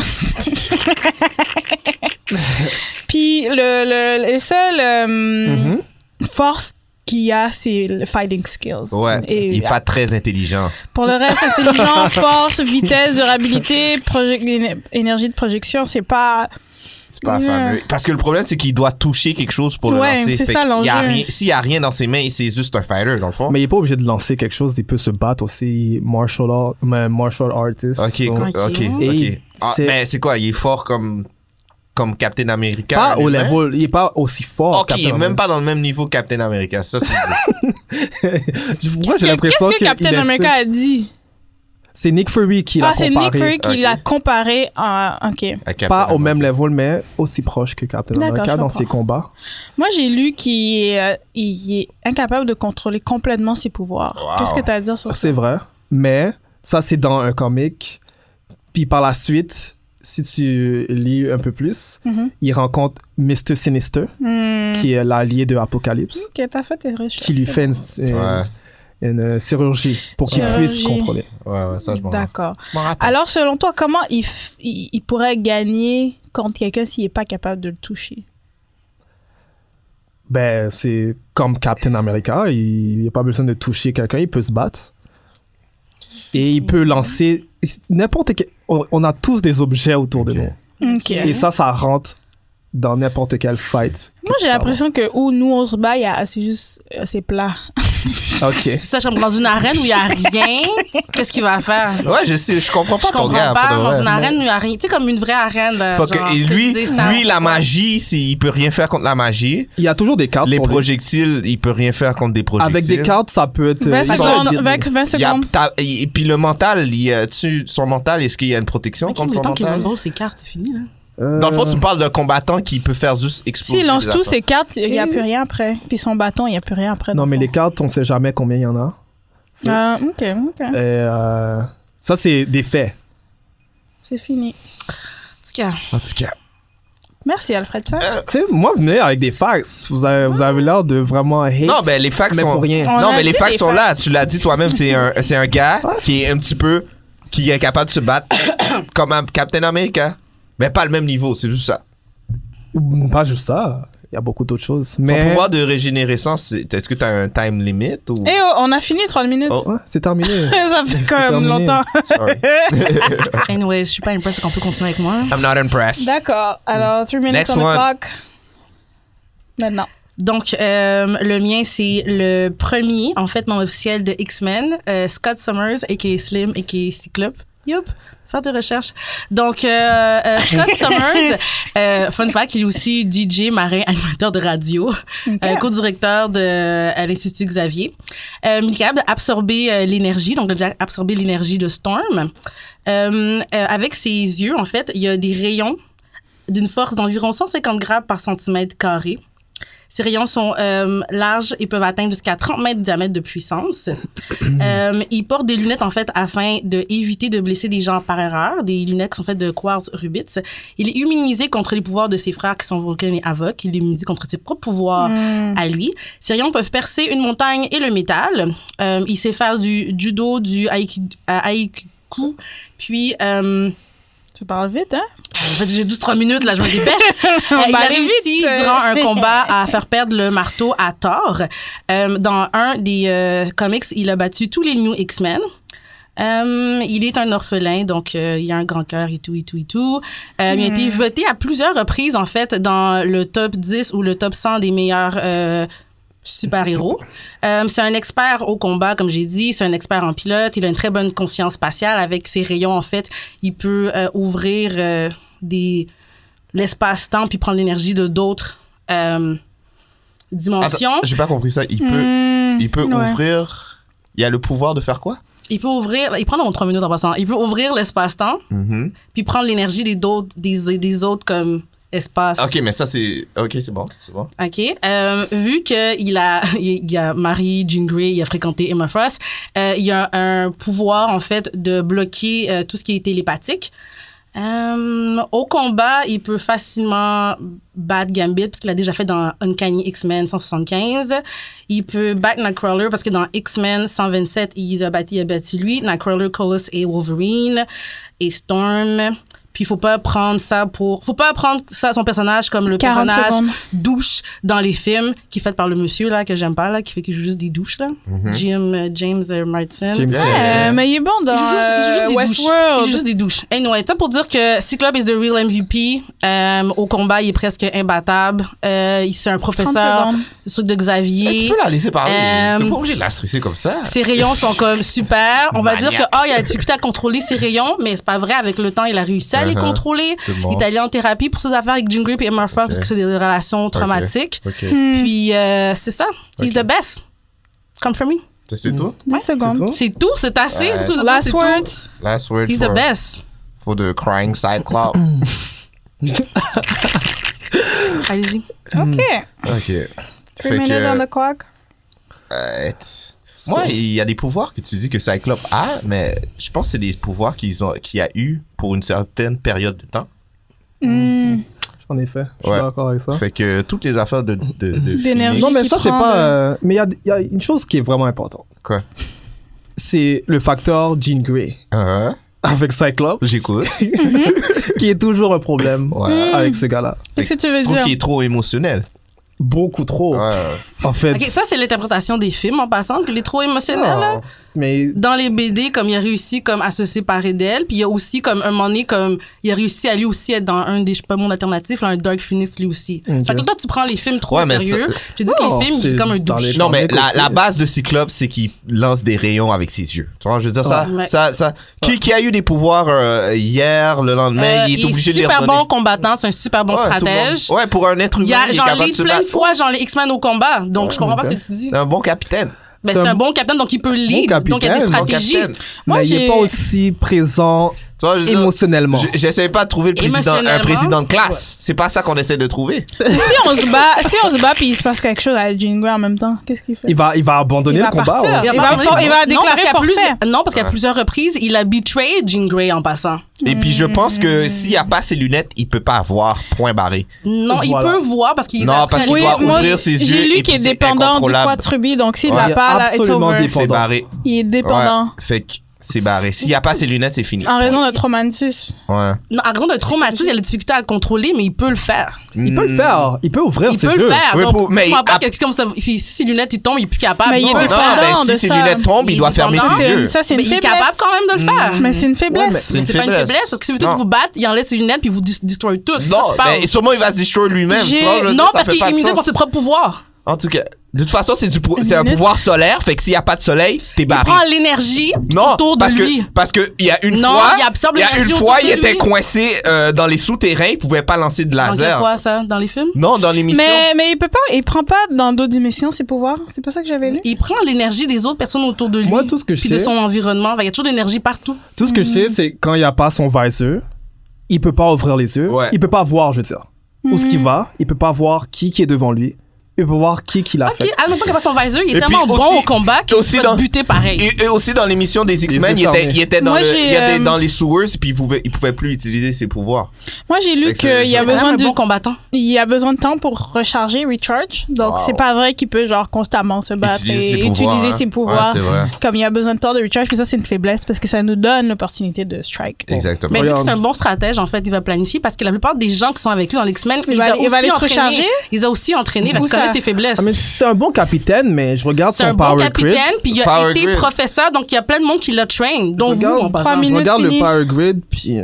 E: Puis, le, le, les seules euh,
B: Mhm.
E: forces qu'il y a, c'est le fighting skills.
D: Ouais.
E: Et euh,
D: Il est pas très intelligent.
E: pour le reste, intelligent, force, vitesse, durabilité, proje- éne- énergie de projection, c'est pas.
D: C'est pas
E: Ouais.
D: fameux. Parce que le problème, c'est qu'il doit toucher quelque chose pour
E: Ouais,
D: le lancer.
E: c'est
D: Fait
E: ça,
D: qu'il y a
E: l'enjeu.
D: rien- S'il y a rien dans ses mains, c'est juste un fighter, dans le fond.
B: Mais il est pas obligé de lancer quelque chose, il peut se battre aussi. Martial, art, mais martial artist.
D: Ok,
B: Donc,
D: co- ok, ok.
B: Et
D: Ah,
B: c'est-
D: mais c'est quoi Il est fort comme, comme Captain America.
B: pas
D: un
B: au
D: humain?
B: level, il est pas aussi fort.
D: Ok, il est
B: Captain
D: même pas dans le même niveau que Captain America. Ça, tu dis.
B: Je- Moi, j'ai
E: Qu'est-ce
B: l'impression
E: que
B: qu'il
E: Captain
B: est-
E: America a dit
B: C'est Nick Fury qui l'a
E: Ah, c'est
B: comparé.
E: Nick Fury qui
D: Ok.
E: l'a comparé à. Ok.
D: À Captain
B: Pas au
D: America.
B: même level, mais aussi proche que Captain
E: D'accord,
B: America
E: je
B: dans ses
E: comprends.
B: combats.
E: Moi, j'ai lu qu'il est, euh, il est incapable de contrôler complètement ses pouvoirs.
D: Wow.
E: Qu'est-ce que t'as à dire sur ça?
B: C'est vrai, mais ça, c'est dans un comic. Puis par la suite, si tu lis un peu plus,
E: Mhm.
B: il rencontre Mr. Sinister,
E: Hmm.
B: qui est l'allié de Apocalypse,
E: Ok, t'as fait tes recherches.
B: qui lui fait une, une-
D: Ouais,
B: une euh, chirurgie pour qu'il puisse
E: Chirurgie.
B: contrôler.
D: ouais, ouais, ça, je m'en
E: D'accord.
D: je m'en rappelle.
E: Alors, selon toi, comment il, f- il, il pourrait gagner contre quelqu'un s'il n'est pas capable de le toucher?
B: Ben, c'est comme Captain America, il n'y a pas besoin de toucher quelqu'un, il peut se battre. Et il peut lancer n'importe quel. On on a tous des objets autour de
D: Ok.
B: nous.
E: Ok.
B: Et ça, ça rentre dans n'importe quel fight.
E: Moi, j'ai l'impression que où nous, on se bat, il y a- c'est juste... euh, c'est plat.
B: Ok.
C: C'est ça, je suis comme dans une arène où il n'y a rien, qu'est-ce qu'il va faire?
D: Ouais, je sais, je comprends pas
C: Je
D: ton
C: comprends
D: gars.
C: pas,
D: pour de
C: dans
D: vrai.
C: une arène où il n'y a rien. Tu sais, comme une vraie arène. là,
D: Faut que-
C: genre,
D: et
C: que
D: lui,
C: tu dis, c'est un-
D: lui, la magie, c'est- il peut rien faire contre la magie.
B: Il y a toujours des cartes.
D: Les
B: Ah, sur des-
D: projectiles, il peut rien faire contre des projectiles.
B: Avec des cartes, ça peut être. euh,
E: 20
B: il peut
E: secondes. 20,
B: être-
E: 20
D: Il y a-
E: secondes.
D: t'as- et et puis le mental, il y a, tu, son mental, est-ce qu'il y a une protection
C: Ok,
D: contre
C: mais
D: son
C: le temps qu'il
D: mental?
C: me ses cartes, c'est fini, là.
B: Euh,
D: Dans le fond, tu parles d'un combattant qui peut faire juste exploser.
E: S'il lance
D: des
E: tous
D: affaires.
E: ses cartes, il n'y a plus rien après. Puis son bâton, il n'y a plus rien après.
B: Non,
E: dans
B: mais
E: le
B: les cartes, on ne sait jamais combien il y en a.
E: fond. Ah, ok, ok.
B: Et, euh, ça, c'est des faits.
E: C'est fini.
C: En tout cas,
B: En tout cas.
E: Merci, Alfred. Ça.
D: Euh.
B: Tu sais, moi, venez avec des facts. Vous avez, vous avez l'air de vraiment hate.
D: Non, ben les facts
B: mais
D: sont.
B: pour rien.
E: On
D: Non,
E: a
D: mais les
E: dit
D: facts
E: des
D: sont
E: facts.
D: là. Tu l'as dit toi-même. C'est un, c'est un gars qui est un petit peu. qui est capable de se battre comme un Captain America. Mais pas le même niveau, c'est juste ça.
B: Ou Pas juste ça. Il y a beaucoup d'autres choses.
D: Son
B: Mais.
D: pouvoir de régénérescence, c'est- est-ce que tu as un time limit ou.
E: Eh oh, on a fini 30 minutes.
D: Oh.
B: Ouais, c'est terminé.
E: Ça fait
B: C'est
E: quand même
B: terminé.
E: longtemps.
D: Sorry.
C: anyway, je suis pas impressed qu'on peut continuer avec moi.
D: I'm not impressed.
E: D'accord. Alors, 3 minutes
D: Next
E: on
D: one.
E: the clock. Maintenant.
C: Donc, euh, le mien, c'est le premier, en fait, nom officiel de X-Men, euh, Scott Summers, a.k.a. Slim, a.k.a. Cyclope. Yup, faire des recherches. Donc, euh, euh, Scott Summers, euh, fun fact, il est aussi DJ, marin, animateur de radio, euh, co-directeur de euh, l'Institut Xavier. Euh, il est capable d'absorber euh, l'énergie, donc de déjà absorber l'énergie de Storm. Euh, euh, avec ses yeux, en fait, il y a des rayons d'une force d'environ 150 grammes par centimètre carré. Ces rayons sont euh, larges et peuvent atteindre jusqu'à 30 mètres de diamètre de puissance. euh, ils portent des lunettes, en fait, afin d'éviter de blesser des gens par erreur. Des lunettes qui sont faites de quartz rubitz. Il est immunisé contre les pouvoirs de ses frères qui sont Vulcan et Havok. Il est immunisé contre ses propres pouvoirs
E: Hmm.
C: à lui. Ces rayons peuvent percer une montagne et le métal. Euh, il sait faire du judo, du aikido, euh, aikiku, puis... euh,
E: Tu parles vite, hein?
C: en fait, j'ai 12-3 minutes, là, je me dépêche. Euh,
E: On
C: il
E: va
C: a
E: aller
C: réussi
E: vite. euh,
C: durant un combat à faire perdre le marteau à Thor. Euh, dans un des euh, comics, il a battu tous les New X-Men. Euh, il est un orphelin, donc euh, il a un grand cœur et tout, et tout, et tout. Euh, Il a
E: Hmm.
C: été voté à plusieurs reprises, en fait, dans le top 10 ou le top 100 des meilleurs euh, super-héros. Euh, c'est un expert au combat, comme j'ai dit. C'est un expert en pilote. Il a une très bonne conscience spatiale. Avec ses rayons, en fait, il peut euh, ouvrir euh, des l'espace-temps puis prendre l'énergie de d'autres euh,
D: Attends,
C: dimensions.
D: J'ai pas compris ça. Il peut,
E: Hmm,
D: il peut
E: ouais.
D: ouvrir. Il a le pouvoir de faire quoi
C: Il peut ouvrir... Il prend dans trois minutes en passant. Il peut ouvrir l'espace-temps
D: Mhm.
C: puis prendre l'énergie des d'autres des, des autres comme espace.
D: Ok, mais ça c'est. Ok, c'est bon, c'est bon.
C: OK. Euh, vu qu'il a, il y a Marie Jean Grey, il a fréquenté Emma Frost, euh, il y a un pouvoir, en fait, de bloquer euh, tout ce qui est télépathique. Euh, au combat, il peut facilement battre Gambit, parce qu'il l'a déjà fait dans Uncanny X-Men 175. Il peut battre Nightcrawler, parce que dans X-Men 127, il a battu, il a battu lui, Nightcrawler, Colossus et Wolverine, et Storm. Puis, faut pas prendre ça pour, faut pas prendre ça, son personnage comme le
E: 40
C: personnage
E: secondes.
C: douche dans les films qui est faite par le monsieur là que j'aime pas là qui fait qu'il joue juste des douches là
D: Mhm.
C: Jim euh, James euh, Martin
B: James
E: Euh, mais il est bon dans
C: il joue juste, il joue juste
E: euh,
C: des douches. Il joue
E: Westworld.
C: juste des douches. Anyway, ça pour dire que Cyclope is the real MVP. Euh, au combat, il est presque imbattable. Euh, il- c'est un
E: 30
C: professeur,
E: secondes.
C: le truc de
D: Eh, tu
C: Xavier.
D: peux la laisser parler.
C: Euh,
D: T'es pas obligé de la stresser comme ça.
C: Ses rayons sont comme super. On va dire que,
D: Maniaque.
C: oh, il a la difficulté à contrôler ses rayons, mais c'est pas vrai. Avec le temps, il a réussi à les
D: Uh-huh.
C: contrôler.
D: C'est bon.
C: Il est allé en thérapie pour ses affaires avec Jean Grey et Emma Frost parce que c'est des relations traumatiques.
D: Ok.
E: Hmm.
C: Puis euh, c'est ça. He's the best. Come for me.
D: Ça, C'est tout.
E: 10 secondes.
B: tout?
C: C'est tout, c'est assez.
D: Ouais.
C: Tout, tout, c'est
E: Last
C: tout.
E: words.
D: Last word
C: He's
D: for,
C: the best.
D: for the crying cyclop.
C: Allez-y.
E: OK.
D: ok.
E: 3
D: Hmm. Fait
E: minutes on
D: que.
E: the clock.
D: euh, t- Moi, il y a des pouvoirs que tu dis que Cyclope a, mais je pense que c'est des pouvoirs qu'ils ont, qu'il a eu pour une certaine période de temps.
E: Hmm,
B: En effet. Je suis
D: Ouais.
B: d'accord avec ça.
D: Fait que toutes les affaires de, de, de
E: D'énergie.
D: Phoenix-
B: Non, mais
E: qui
B: ça, c'est
E: prend
B: pas.
E: le-
B: euh, mais il y a- il y, a une chose qui est vraiment importante.
D: Quoi?
B: C'est le facteur Jean Grey
D: Hein?
B: avec Cyclope,
D: J'écoute.
B: qui est toujours un problème
D: Ouais.
B: avec ce gars-là.
C: Hmm.
E: Qu'est-ce que tu
D: Je
E: veux
D: trouve
E: dire?
D: qu'il est trop émotionnel. Oh.
B: Beaucoup trop.
D: Ouais.
B: En fait.
C: Ok, ça, c'est l'interprétation des films en passant, qu'il est trop émotionnel.
D: Oh.
C: là.
B: non. Mais
C: Dans les BD, comme il a réussi comme à se séparer d'elle, puis il y a aussi comme un moment donné, comme il a réussi à lui aussi être dans un des je sais pas monde alternatif, là, un Dark Phoenix lui aussi.
B: Ok.
C: Fait que toi, tu prends les films trop
D: Ouais, mais oh,
C: sérieux. Tu dis
B: Non,
C: que les films,
B: c'est
C: c'est comme un
B: dans les-
C: douche.
D: Non, mais
B: Mec
D: la,
B: aussi.
D: la base de Cyclope, c'est qu'il lance des rayons avec ses yeux. Tu vois, je veux dire, ça,
C: Ouais.
D: ça, ça, qui, qui a eu des pouvoirs euh, hier, le lendemain,
C: Euh,
D: il est obligé de les
C: super bon
D: redonner.
C: combattant, c'est un super bon
D: Ouais, tout
C: stratège.
D: bon. Ouais, pour un être
C: Il y
D: humain,
C: a,
D: il est
C: j'en
D: capable
C: lis
D: de se
C: plein de
D: battre.
C: fois, genre les X-Men au combat. Donc, je comprends pas
B: ok.
C: ce que tu dis.
D: C'est un bon capitaine.
C: Ben,
B: C'est
C: c'est
B: un
C: un bon capitaine, donc il peut lire. donc, il y a des
B: capitaine, bon
D: Un bon
C: stratégies.
D: capitaine.
E: Moi,
B: mais il
E: j'ai-
B: n'est pas aussi présent
D: Tu vois, je veux dire,
B: émotionnellement.
D: je- J'essaie pas de trouver le président, un
C: Émotionnellement.
D: président de classe. C'est pas ça qu'on essaie de trouver.
E: si on se bat, si on se bat puis il se passe quelque chose à Jean Grey en même temps, qu'est-ce qu'il fait
B: Il va, il va abandonner
E: Il
B: le
E: va
B: combat.
E: partir.
B: ouais.
E: Il va
C: abandonner-
E: for- il
C: Non,
E: va
C: parce
E: déclarer
C: qu'à plus-
E: forfait.
C: Non, parce qu'à plusieurs reprises, il a betrayed Jean Grey en passant.
D: Et puis, je pense
C: Hmm.
D: que s'il y a pas ses lunettes, il peut pas avoir point barré.
C: Non, il
B: Voilà.
C: peut voir parce qu'il
D: Non, parce
C: parce
D: qu'il doit ouvrir
E: j'ai-
D: ses
E: j'ai
D: yeux
E: lu
D: et
E: qu'il est
D: puis c'est
E: dépendant du poids
D: incontrôlable.
E: de Truby, donc s'il
D: Ouais.
E: va
B: Il est
E: pas, là, it's
B: absolument
E: over.
B: dépendant.
D: C'est barré.
E: Il est dépendant.
D: Ouais, fait que c'est barré. S'il y a pas ses lunettes, c'est fini.
E: En raison de traumatisme.
D: Ouais.
C: Non, en raison d'un traumatisme, il a la difficulté à le contrôler, mais il peut le faire.
B: Il
D: Hmm.
B: peut le faire. Il peut ouvrir
C: Il
B: ses
C: peut
B: yeux.
C: le faire.
D: Oui,
C: donc,
D: pour- mais
C: mais pas
D: il-
C: que comme ça, il fait- si ses lunettes il tombe, il est plus capable.
E: Mais il
C: Non,
E: est
C: peut le
D: Non,
E: dépendant.
C: faire.
D: mais
E: de
D: si ses
E: ça.
D: lunettes tombent, il
C: Il
D: doit
C: est
D: fermer
C: dépendant.
D: ses
E: C'est
D: yeux.
E: une- Ça, c'est
C: Mais
E: une
C: il est
E: faiblesse.
C: capable quand même de le faire.
E: Mais c'est une
B: Ouais, mais
E: faiblesse.
D: Mm. c'est
C: Mais
D: une
C: c'est pas une
D: faiblesse.
C: faiblesse parce que si vous voulez
D: Non.
C: vous battre, il enlève ses lunettes puis il vous dis- destroy tout. Là,
D: Non,
C: tu parles.
D: mais sûrement il va se détruire lui-même.
E: J'ai-
D: tu vois, je veux
C: Non,
D: dire, ça
C: parce
D: fait
C: qu'il
D: pas
C: est
D: de
C: immunisé
D: sens.
C: par ses propres pouvoirs.
D: En tout cas, de toute façon, c'est du pou-
E: Une
D: c'est un
E: minute.
D: pouvoir solaire. Fait que s'il n'y a pas de soleil, t'es
C: Il
D: barré.
C: prend l'énergie
D: Non,
C: autour de
D: parce
C: lui.
D: que parce que il y a une
C: Non,
D: fois,
C: il absorbe
D: y a
C: l'énergie
D: une
C: autour
D: fois,
C: de
D: il était
C: lui.
D: coincé euh, dans les souterrains, il pouvait pas lancer de
C: En quelle
D: laser.
C: fois ça dans les films
D: Non, dans l'émission.
E: Mais, mais il peut pas, il prend pas dans d'autres dimensions ses pouvoirs. C'est pas ça que j'avais lu.
C: Il prend l'énergie des autres personnes autour de lui.
B: Moi, tout ce que je
C: puis
B: sais-
C: de son environnement. Il y a toujours de l'énergie partout.
B: Tout ce que je
C: Hmm.
B: sais, c'est quand il n'y a pas son viseur, il peut pas ouvrir les yeux.
D: Ouais.
B: Il peut pas voir, je veux dire, où ce qu'il
C: Hmm.
B: va. Il peut pas voir qui qui est devant lui. Il peut voir qui qui l'a
C: Ok,
B: fait.
C: à même temps qu'il va son viseur, il est
D: Et
C: tellement
D: puis aussi-
C: bon au combat qu'il
D: aussi
C: peut
D: dans-
C: te buter pareil.
D: Et, et aussi dans l'émission des X-Men,
B: yeux
D: il était,
B: fermés.
D: il était dans,
E: Moi,
D: le-
E: j'ai,
D: il était
E: euh,
D: dans les sewers, puis il pouvait, il pouvait plus utiliser ses pouvoirs.
E: Moi, j'ai lu
D: Fait que c'est-
E: qu'il y a
D: c'est
C: C'est quand
E: besoin
C: même
E: de,
C: un bon combattant.
E: il y a besoin de temps pour recharger, recharge. Donc,
D: Wow.
E: c'est pas vrai qu'il peut, genre, constamment se
C: Bah,
E: battre et utiliser
D: hein.
E: ses
D: Ouais,
E: pouvoirs.
D: c'est vrai.
E: Comme il y a besoin de temps de recharge, puis ça, c'est une faiblesse parce que ça nous donne l'opportunité de strike.
D: Exactement.
C: Mais lui,
B: Regarde.
C: c'est un bon stratège, en fait, il va planifier parce que la plupart des gens qui sont avec lui dans l'X-Men,
E: Il
C: ils
E: va-
C: ont
E: il va aller
C: aussi
E: se
C: entraîné.
E: recharger.
C: Ils ont aussi entraîné,
E: Où
C: il
E: ça?
C: connaît ses faiblesses.
B: Ah, mais c'est un bon capitaine, mais je regarde
C: C'est
B: son
C: un bon
B: power grid.
C: capitaine, puis il a
D: Power
C: été
D: grid.
C: professeur, donc il y a plein de monde qui l'a train, dont vous
B: Regarde.
C: en
B: Trois
C: passant.
B: Je
E: Minute
B: regarde le
E: finie.
B: power grid, puis euh,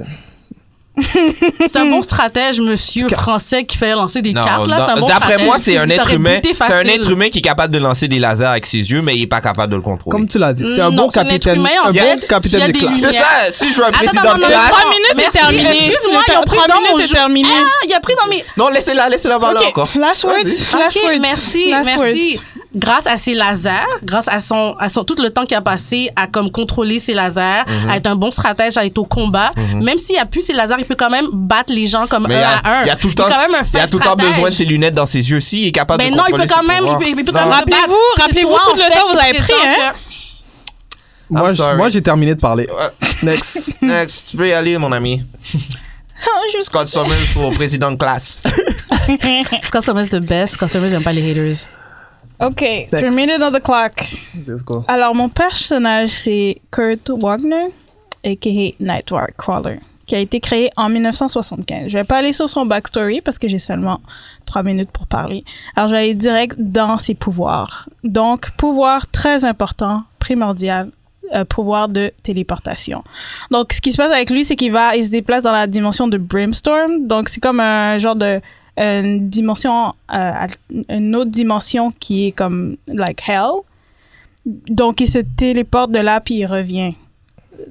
C: C'est un bon stratège, monsieur français qui fait lancer des
D: Non,
C: cartes. là. C'est un
D: dans-
C: bon
D: D'après
C: stratège.
D: moi, c'est un
C: Il
D: être
C: t'aurait
D: humain.
C: buté
D: C'est un
C: facile.
D: être humain qui est capable de lancer des lasers avec ses yeux, mais il est pas capable de le contrôler.
B: comme tu l'as dit, c'est un
E: Mm,
C: Non,
B: bon
C: c'est un être
B: capitaine,
C: humain, en
B: un
C: fait,
B: bon capitaine
C: qui a
B: de
C: des
B: classe.
D: C'est
C: lumières.
D: ça, si je veux un
C: Attends,
D: président
C: attends,
D: de
C: non, non,
D: classe.
C: trois
E: minutes,
C: Merci.
E: c'est terminé.
C: Excuse-moi,
E: Le
C: ils ont
E: temps-
C: Ah, pris
E: trois
C: dans
E: minutes,
C: mon
E: c'est
C: jeu.
E: terminé.
C: Ah, il a pris dans mes...
D: Non, laissez-la, laissez-la parler
E: Ok,
D: encore.
E: Last words. Last
C: Ok,
E: words.
C: merci,
E: Last
C: merci.
E: words.
C: Grâce à ses lasers, grâce à son, à son, tout le temps qu'il a passé à comme contrôler ses lasers,
D: Mhm.
C: à être un bon stratège, à être au combat, même s'il a plus ses lasers, il peut quand même battre les gens comme
D: Mais
C: un
D: il y a,
C: à un.
D: il y a tout le temps,
C: est quand même un
D: il y a
C: fin
D: tout le temps
C: stratège.
D: besoin de ses lunettes dans ses yeux. Si il est capable
C: Ben
D: de
C: non, il
D: contrôler
C: peut
D: ses
C: quand même, il
D: pouvoirs.
C: peut, il peut
D: Non.
C: quand même
E: Rappelez-vous,
C: battre. C'est
E: rappelez-vous
C: toi,
E: tout
C: en
E: le
C: fait,
E: temps, vous
C: qui
E: l'avez pris,
C: prétends
E: hein.
C: que-
B: Moi,
D: I'm
B: je-
D: sorry.
B: moi, j'ai terminé de parler.
D: Ouais.
B: Next.
D: Next, Euh, tu peux y aller, mon ami.
E: Ah, je-
D: Scott Summers pour président de classe.
C: Scott Summers est the best. Scott Summers n'aime pas les haters.
E: OK, three minutes on the clock.
B: Let's go.
E: Alors, mon personnage, c'est Kurt Wagner, a.k.a. Nightwar Crawler, qui a été créé en 1975. Je vais pas aller sur son backstory parce que j'ai seulement trois minutes pour parler. Alors, je vais aller direct dans ses pouvoirs. Donc, pouvoir très important, primordial, euh, pouvoir de téléportation. Donc, ce qui se passe avec lui, c'est qu'il va, il se déplace dans la dimension de Brimstone. Donc, c'est comme un genre de une dimension, euh, al- une autre dimension qui est comme like hell. Donc, il se téléporte de là, puis il revient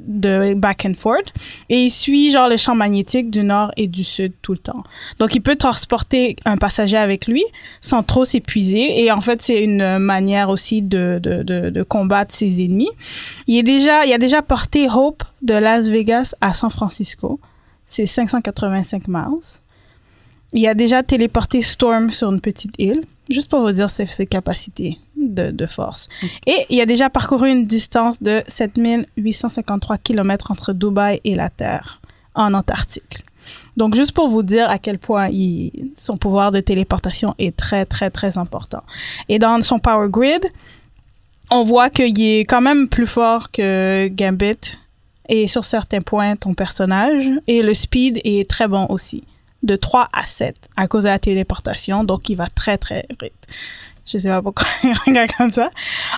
E: de back and forth. Et il suit, genre, le champ magnétique du nord et du sud tout le temps. Donc, il peut transporter un passager avec lui sans trop s'épuiser. Et en fait, c'est une manière aussi de, de, de, de combattre ses ennemis. Il, est déjà, il a déjà porté Hope de Las Vegas à San Francisco. C'est 585 miles. Il a déjà téléporté Storm sur une petite île, juste pour vous dire ses, ses capacités de, de force. Et il a déjà parcouru une distance de 7853 km entre Dubaï et la Terre, en Antarctique. Donc, juste pour vous dire à quel point il- son pouvoir de téléportation est très, très, très important. Et dans son Power Grid, on voit qu'il est quand même plus fort que Gambit. Et sur certains points, ton personnage. Et le speed est très bon aussi. de 3 à 7 à cause de la téléportation, donc il va très très vite. Je sais pas pourquoi il regarde comme ça.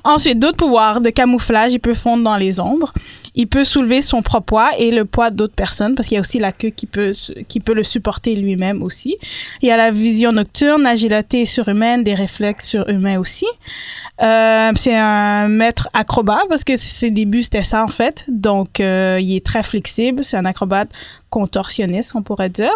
E: Ensuite, d'autres pouvoirs de camouflage, il peut fondre dans les ombres. Il peut soulever son propre poids et le poids d'autres personnes parce qu'il y a aussi la queue qui peut, qui peut le supporter lui-même aussi. Il y a la vision nocturne, agilité surhumaine, des réflexes surhumains aussi. Euh, c'est un maître acrobat parce que ses débuts c'était ça en fait. Donc euh, il est très flexible, c'est un acrobate contorsionniste on pourrait dire.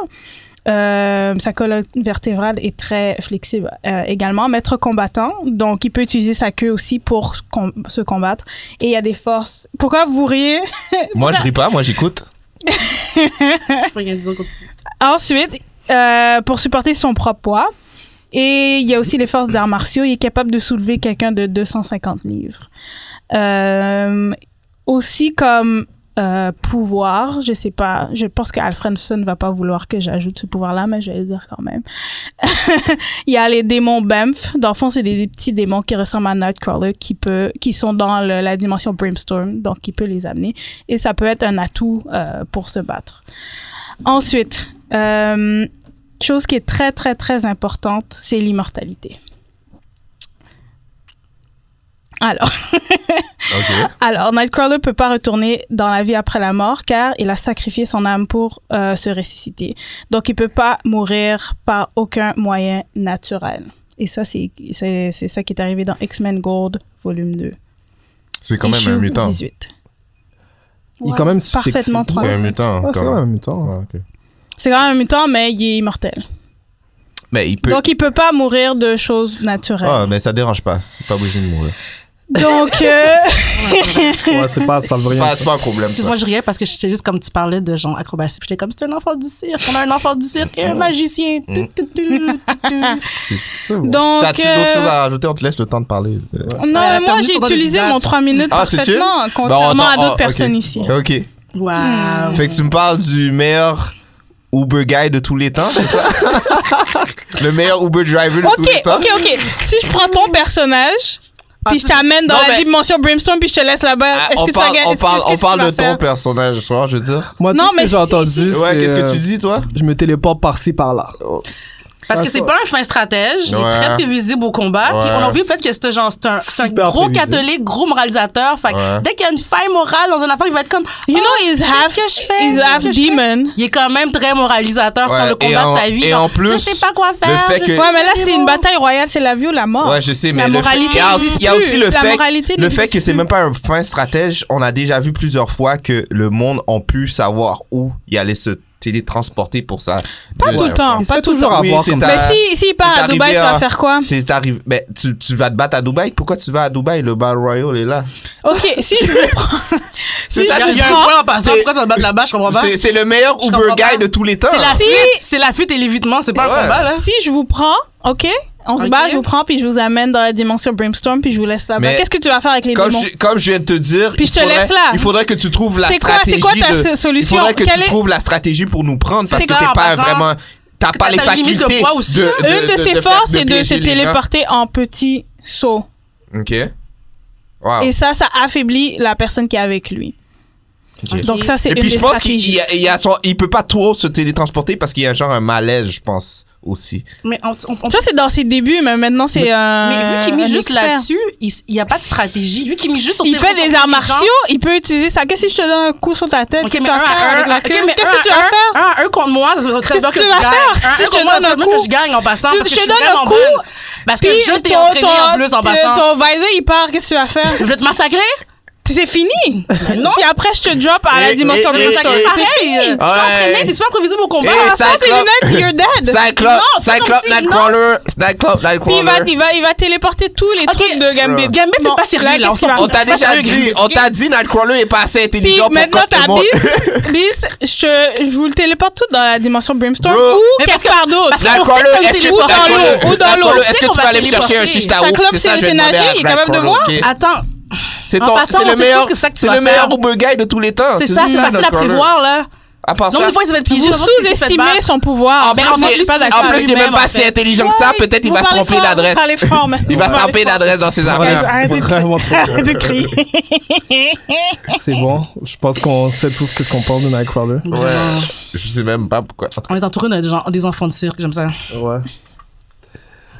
E: Euh, sa colonne vertébrale est très flexible euh, également. Maître combattant, donc il peut utiliser sa queue aussi pour com se combattre. Et il y a des forces. Pourquoi vous riez
D: Moi, je ris pas, moi, j'écoute.
E: Ensuite, euh, pour supporter son propre poids. Et il y a aussi les forces d'arts martiaux. Il est capable de soulever quelqu'un de 250 livres. Euh, aussi comme euh, pouvoir, je sais pas, je pense que Alfredson va pas vouloir que j'ajoute ce pouvoir-là, mais je vais le dire quand même. il y a les démons Banff. Dans le fond, c'est des, des, petits démons qui ressemblent à Nightcrawler, qui peut, qui sont dans le, la dimension Brimstone, donc qui peut les amener. Et ça peut être un atout euh, pour se battre. Ensuite, euh, chose qui est très très très importante, c'est l'immortalité. Alors, okay. alors Nightcrawler peut pas retourner dans la vie après la mort car il a sacrifié son âme pour euh, se ressusciter. Donc il peut pas mourir par aucun moyen naturel. Et ça c'est c'est ça qui est arrivé dans X-Men Gold volume 2.
D: C'est quand même un mutant.
E: 18.
B: Il est quand même
E: parfaitement
D: C'est un mutant.
B: Ah, c'est quand même un mutant.
D: Ouais, ok.
E: C'est quand même un mutant mais il est immortel.
D: Mais il peut.
E: Donc il peut pas mourir de choses naturelles.
D: Ah mais ça dérange pas. Il est pas obligé de mourir.
E: Donc, euh...
B: ouais, c'est pas, ça veut rien.
D: C'est pas un problème. ça.
C: Excuse-moi, je riais parce que j'étais juste comme tu parlais de genre acrobatie. J'étais comme, c'est un enfant du cirque. On a un enfant du cirque et un magicien.
D: Mhm.
C: Tu, tu, tu,
D: C'est
E: Donc,
D: T'as-tu
E: euh, Ah,
D: d'autres choses à rajouter On te laisse le temps de parler. Euh,
E: Non,
C: Ouais,
E: mais
C: la
E: moi,
C: thermos
E: j'ai
C: sur notre
E: utilisé
C: visage.
E: mon 3 minutes
D: Ah, c'est chill?
E: parfaitement,
D: Non, attends,
E: contrairement à d'autres
D: ah, ok.
E: personnes ici.
D: Ok.
C: Wow.
D: Fait que tu me parles du meilleur Uber guy de tous les temps, c'est ça Le meilleur Uber driver de tous
E: Ok,
D: les temps.
E: ok, ok. Si je prends ton personnage, puis je
C: tu-
E: t'amène dans
D: Non,
E: la
D: mais-
E: dimension Brimstone, puis je te laisse là-bas,
D: Ah,
E: est-ce
D: on
E: que tu
D: parle,
E: regardes-
D: on
E: est-ce que-
D: parle,
E: est-ce que
D: on
E: tu
D: parle
E: vas
D: de ton
E: faire?
D: personnage, tu vois, je veux dire.
B: Moi,
E: Non,
B: tout ce
E: mais
B: que j'ai
E: si,
B: entendu,
D: Ouais,
B: c'est,
D: qu'est-ce que
B: euh,
D: tu dis, toi
B: Je me téléporte par-ci, par-là.
C: Parce que c'est
B: Ouais.
C: pas un fin stratège, il
D: Ouais.
C: est très prévisible au combat.
D: Ouais.
C: Puis on a oublié le fait que c'est genre, c'est un, c'est un
B: Super
C: gros
B: prévisible.
C: catholique, gros moralisateur. Fait que
D: Ouais.
C: dès qu'il y a une faille morale dans un enfant, il va être comme,
E: You know, he's half,
C: Ah, Qu'est-ce que je fais?
E: he's
C: Qu'est-ce
E: half
C: que je fais?
E: demon.
C: il est quand même très moralisateur sur
D: Ouais,
C: le
D: et
C: combat
D: en-
C: de sa vie.
D: et
C: genre,
D: en plus,
C: je sais pas quoi
D: le
C: faire.
D: fait
C: je
D: que-
C: suis
E: Ouais, mais là, c'est une
C: démon.
E: bataille royale, c'est la vie ou Oh. la mort.
D: Ouais, je sais, mais
C: La
D: le fait,
C: moralité
D: il y a,
C: n'existe
D: il y a aussi
E: plus.
D: le
E: La
D: fait,
E: moralité
D: le fait
E: n'existe
D: que c'est
E: plus.
D: même pas un fin stratège. On a déjà vu plusieurs fois que le monde a pu savoir où il allait se télétransporter pour ça.
E: Pas tout le temps.
B: Il se
E: pas
B: fait
E: tout le
B: toujours
E: temps.
D: Oui,
B: avoir
D: c'est
B: comme
D: ta-
B: ça.
E: Mais si, si il part à
D: arrivé
E: Dubaï, tu
D: à-
E: vas faire quoi?
D: C'est arrivé. Mais tu, tu vas te battre à Dubaï. Pourquoi tu vas à Dubaï Le Battle Royale est là.
E: Ok, si je veux prendre.
D: C'est ça,
E: Si,
C: Il y a-
D: je
C: il y a un
D: prends.
C: point en passant.
D: C'est-
C: Pourquoi tu vas te battre là-bas? Je comprends pas.
D: C'est- C'est le meilleur
C: Je
D: Uber
C: comprends pas.
D: guy de tous les temps.
C: C'est la
E: Si.
C: fuite, c'est la fuite et l'évitement, c'est pas
D: Ouais.
C: un combat là.
E: Si je vous prends, ok? On se
C: Ok.
E: bat, je vous prends, puis je vous amène dans la dimension Brimstone, puis je vous laisse là-bas.
D: Mais-
E: Qu'est-ce que tu vas faire avec les
D: Comme
E: démons?
D: je, comme je viens de te dire,
E: Puis je te
D: il faudrait-
E: laisse là.
D: Il faudrait que tu trouves la
E: C'est quoi-
D: stratégie.
E: c'est quoi ta
D: de-
E: so- solution?
D: Il faudrait que
E: Quelle
D: tu
E: est-
D: trouves la stratégie pour nous prendre parce
C: C'est
D: que t'es
C: ça, en
D: pas
C: passant,
D: vraiment. T'as pas
C: t'as
D: les
C: ta limite
D: facultés
C: de poids aussi, là.
E: Une de ses
D: faire-
E: forces, c'est de
D: piéger
E: se
D: les gens.
E: téléporter en petits sauts.
D: Ok. Wow.
E: Et ça, ça affaiblit la personne qui est avec lui.
D: Ok.
E: Donc ça, c'est
D: Et
E: une
D: puis je
E: des
D: pense qu'il
E: stratégies.
D: il y a- il y a son- il peut pas trop se télétransporter parce qu'il y a genre un malaise, je pense aussi.
C: Mais on, on- on-
E: Ça, c'est dans ses débuts, mais maintenant, c'est un
C: mais vu qu'il
E: un
C: mise juste
E: expert.
C: là-dessus, il n'y a pas de stratégie. Vu qu'il mise juste sur
E: Il
C: tes
E: fait des arts
C: rencontres,
E: martiaux,
C: gens-
E: il peut utiliser ça. Que si je te donne un coup sur ta tête,
C: Ok,
E: tu
C: mais un
E: t'en fais
C: à
E: avec
C: un,
E: la
C: ok,
E: queue.
C: mais
E: Qu'est-ce
C: un
E: que tu
C: à
E: vas
C: un,
E: faire?
C: un à un contre moi, ça serait très bien
E: que
C: que
E: tu
C: je
E: vas
C: gagne.
E: faire?
C: Un à
E: Si
C: un
E: je te
C: contre moi,
E: donne un
C: ça serait bien
E: coup,
C: que je gagne en passant.
E: tu-
C: parce que
E: je te
C: suis
E: donne un
C: vraiment
E: coup,
C: bonne. Parce que je t'ai entraîné en plus en
E: ton-
C: passant.
E: Ton visor, il part, qu'est-ce que tu vas faire?
C: Je vais te massacrer?
E: C'est fini!
C: Non.
E: Puis après, je te drop à la
D: Et-
E: dimension
D: et- et-
E: de
D: et-
E: ton
C: Pareil! Je t'ai entraîné, puis tu vas improviser mon combat.
D: Et-
E: Après, tes
D: Cyclope-
E: lunettes, you're dead!
D: Cyclope,
C: Non, c'est
D: Cyclope,
C: comme si-
D: Nightcrawler, Nightclop,
E: Puis il va,
D: Nightcrawler.
E: il, va, il va téléporter tous les
C: Ok.
E: trucs de Gambit.
C: Gambit, c'est
E: Bon,
C: pas sérieux, là, on
E: qu'est-ce qu'il
C: s'en
E: va
D: On
E: faire?
D: t'a déjà
C: Parce que-
D: dit, on t'a dit Nightcrawler est pas assez
E: Puis
D: intelligent pour
E: maintenant,
D: copier
E: ta
D: le monde.
E: Beast, Beast, je, te- je vous le téléporte tout dans la dimension Brimstone
D: Bro.
E: ou
C: Mais parce
E: quelque
C: que-
E: part d'autre.
C: parce que-
D: Nightcrawler,
C: Parce qu'on sait
D: est-ce que
C: qu'on
D: tu
C: va
D: peux
E: téléporter.
D: aller-
E: Ou dans l'eau,
D: Nightcrawler,
C: on sait
D: est-ce que
C: qu'on
D: tu
C: va
D: peux aller me chercher un
C: téléporter.
D: shishtaou?
E: Cyclope,
D: C'est
E: c'est
D: ça,
E: le
D: je vais demander
E: ménager,
D: à
E: il est capable de
D: Nightcrawler,
E: voir.
D: ok.
C: Attends,
D: C'est
C: En
D: ton,
C: passant,
D: c'est
C: on
D: le
C: sait
D: meilleur,
C: tous que c'est ça que tu
D: c'est
C: vas
D: le meilleur
C: faire.
D: Uber guy de tous les temps.
C: c'est ça, c'est facile à
D: Nightcrawler.
C: prévoir, là.
D: À part
C: Nombre
D: ça,
C: de fois, il s'est fait piéger.
E: Vous
C: nombre de fois qu'il s'est fait
E: sous-estimez
C: battre.
E: son pouvoir.
C: Ah, ben,
E: Vraiment,
C: en plus,
E: je suis pas
C: en
E: d'accord.
D: en plus, c'est
C: lui-même,
D: même pas
C: en
D: si
C: fait.
D: intelligent que ça.
E: Ouais,
D: Peut-être il
E: vous
D: va se
E: parlez
D: tromper
E: fort,
D: d'adresse.
E: vous parlez fort, mais-
D: Il va se
E: vous parlez
D: tromper
E: fort.
D: d'adresse dans ses
B: Voilà,
D: affaires.
E: arrêtez de-
B: vraiment trop.
E: Arrête de crier.
B: C'est bon. Je pense qu'on sait tous qu'est-ce qu'on pense de Nightcrawler.
D: Ouais. Je sais même pas pourquoi.
C: On est entouré de gens, des enfants de cirque, j'aime ça.
B: Ouais.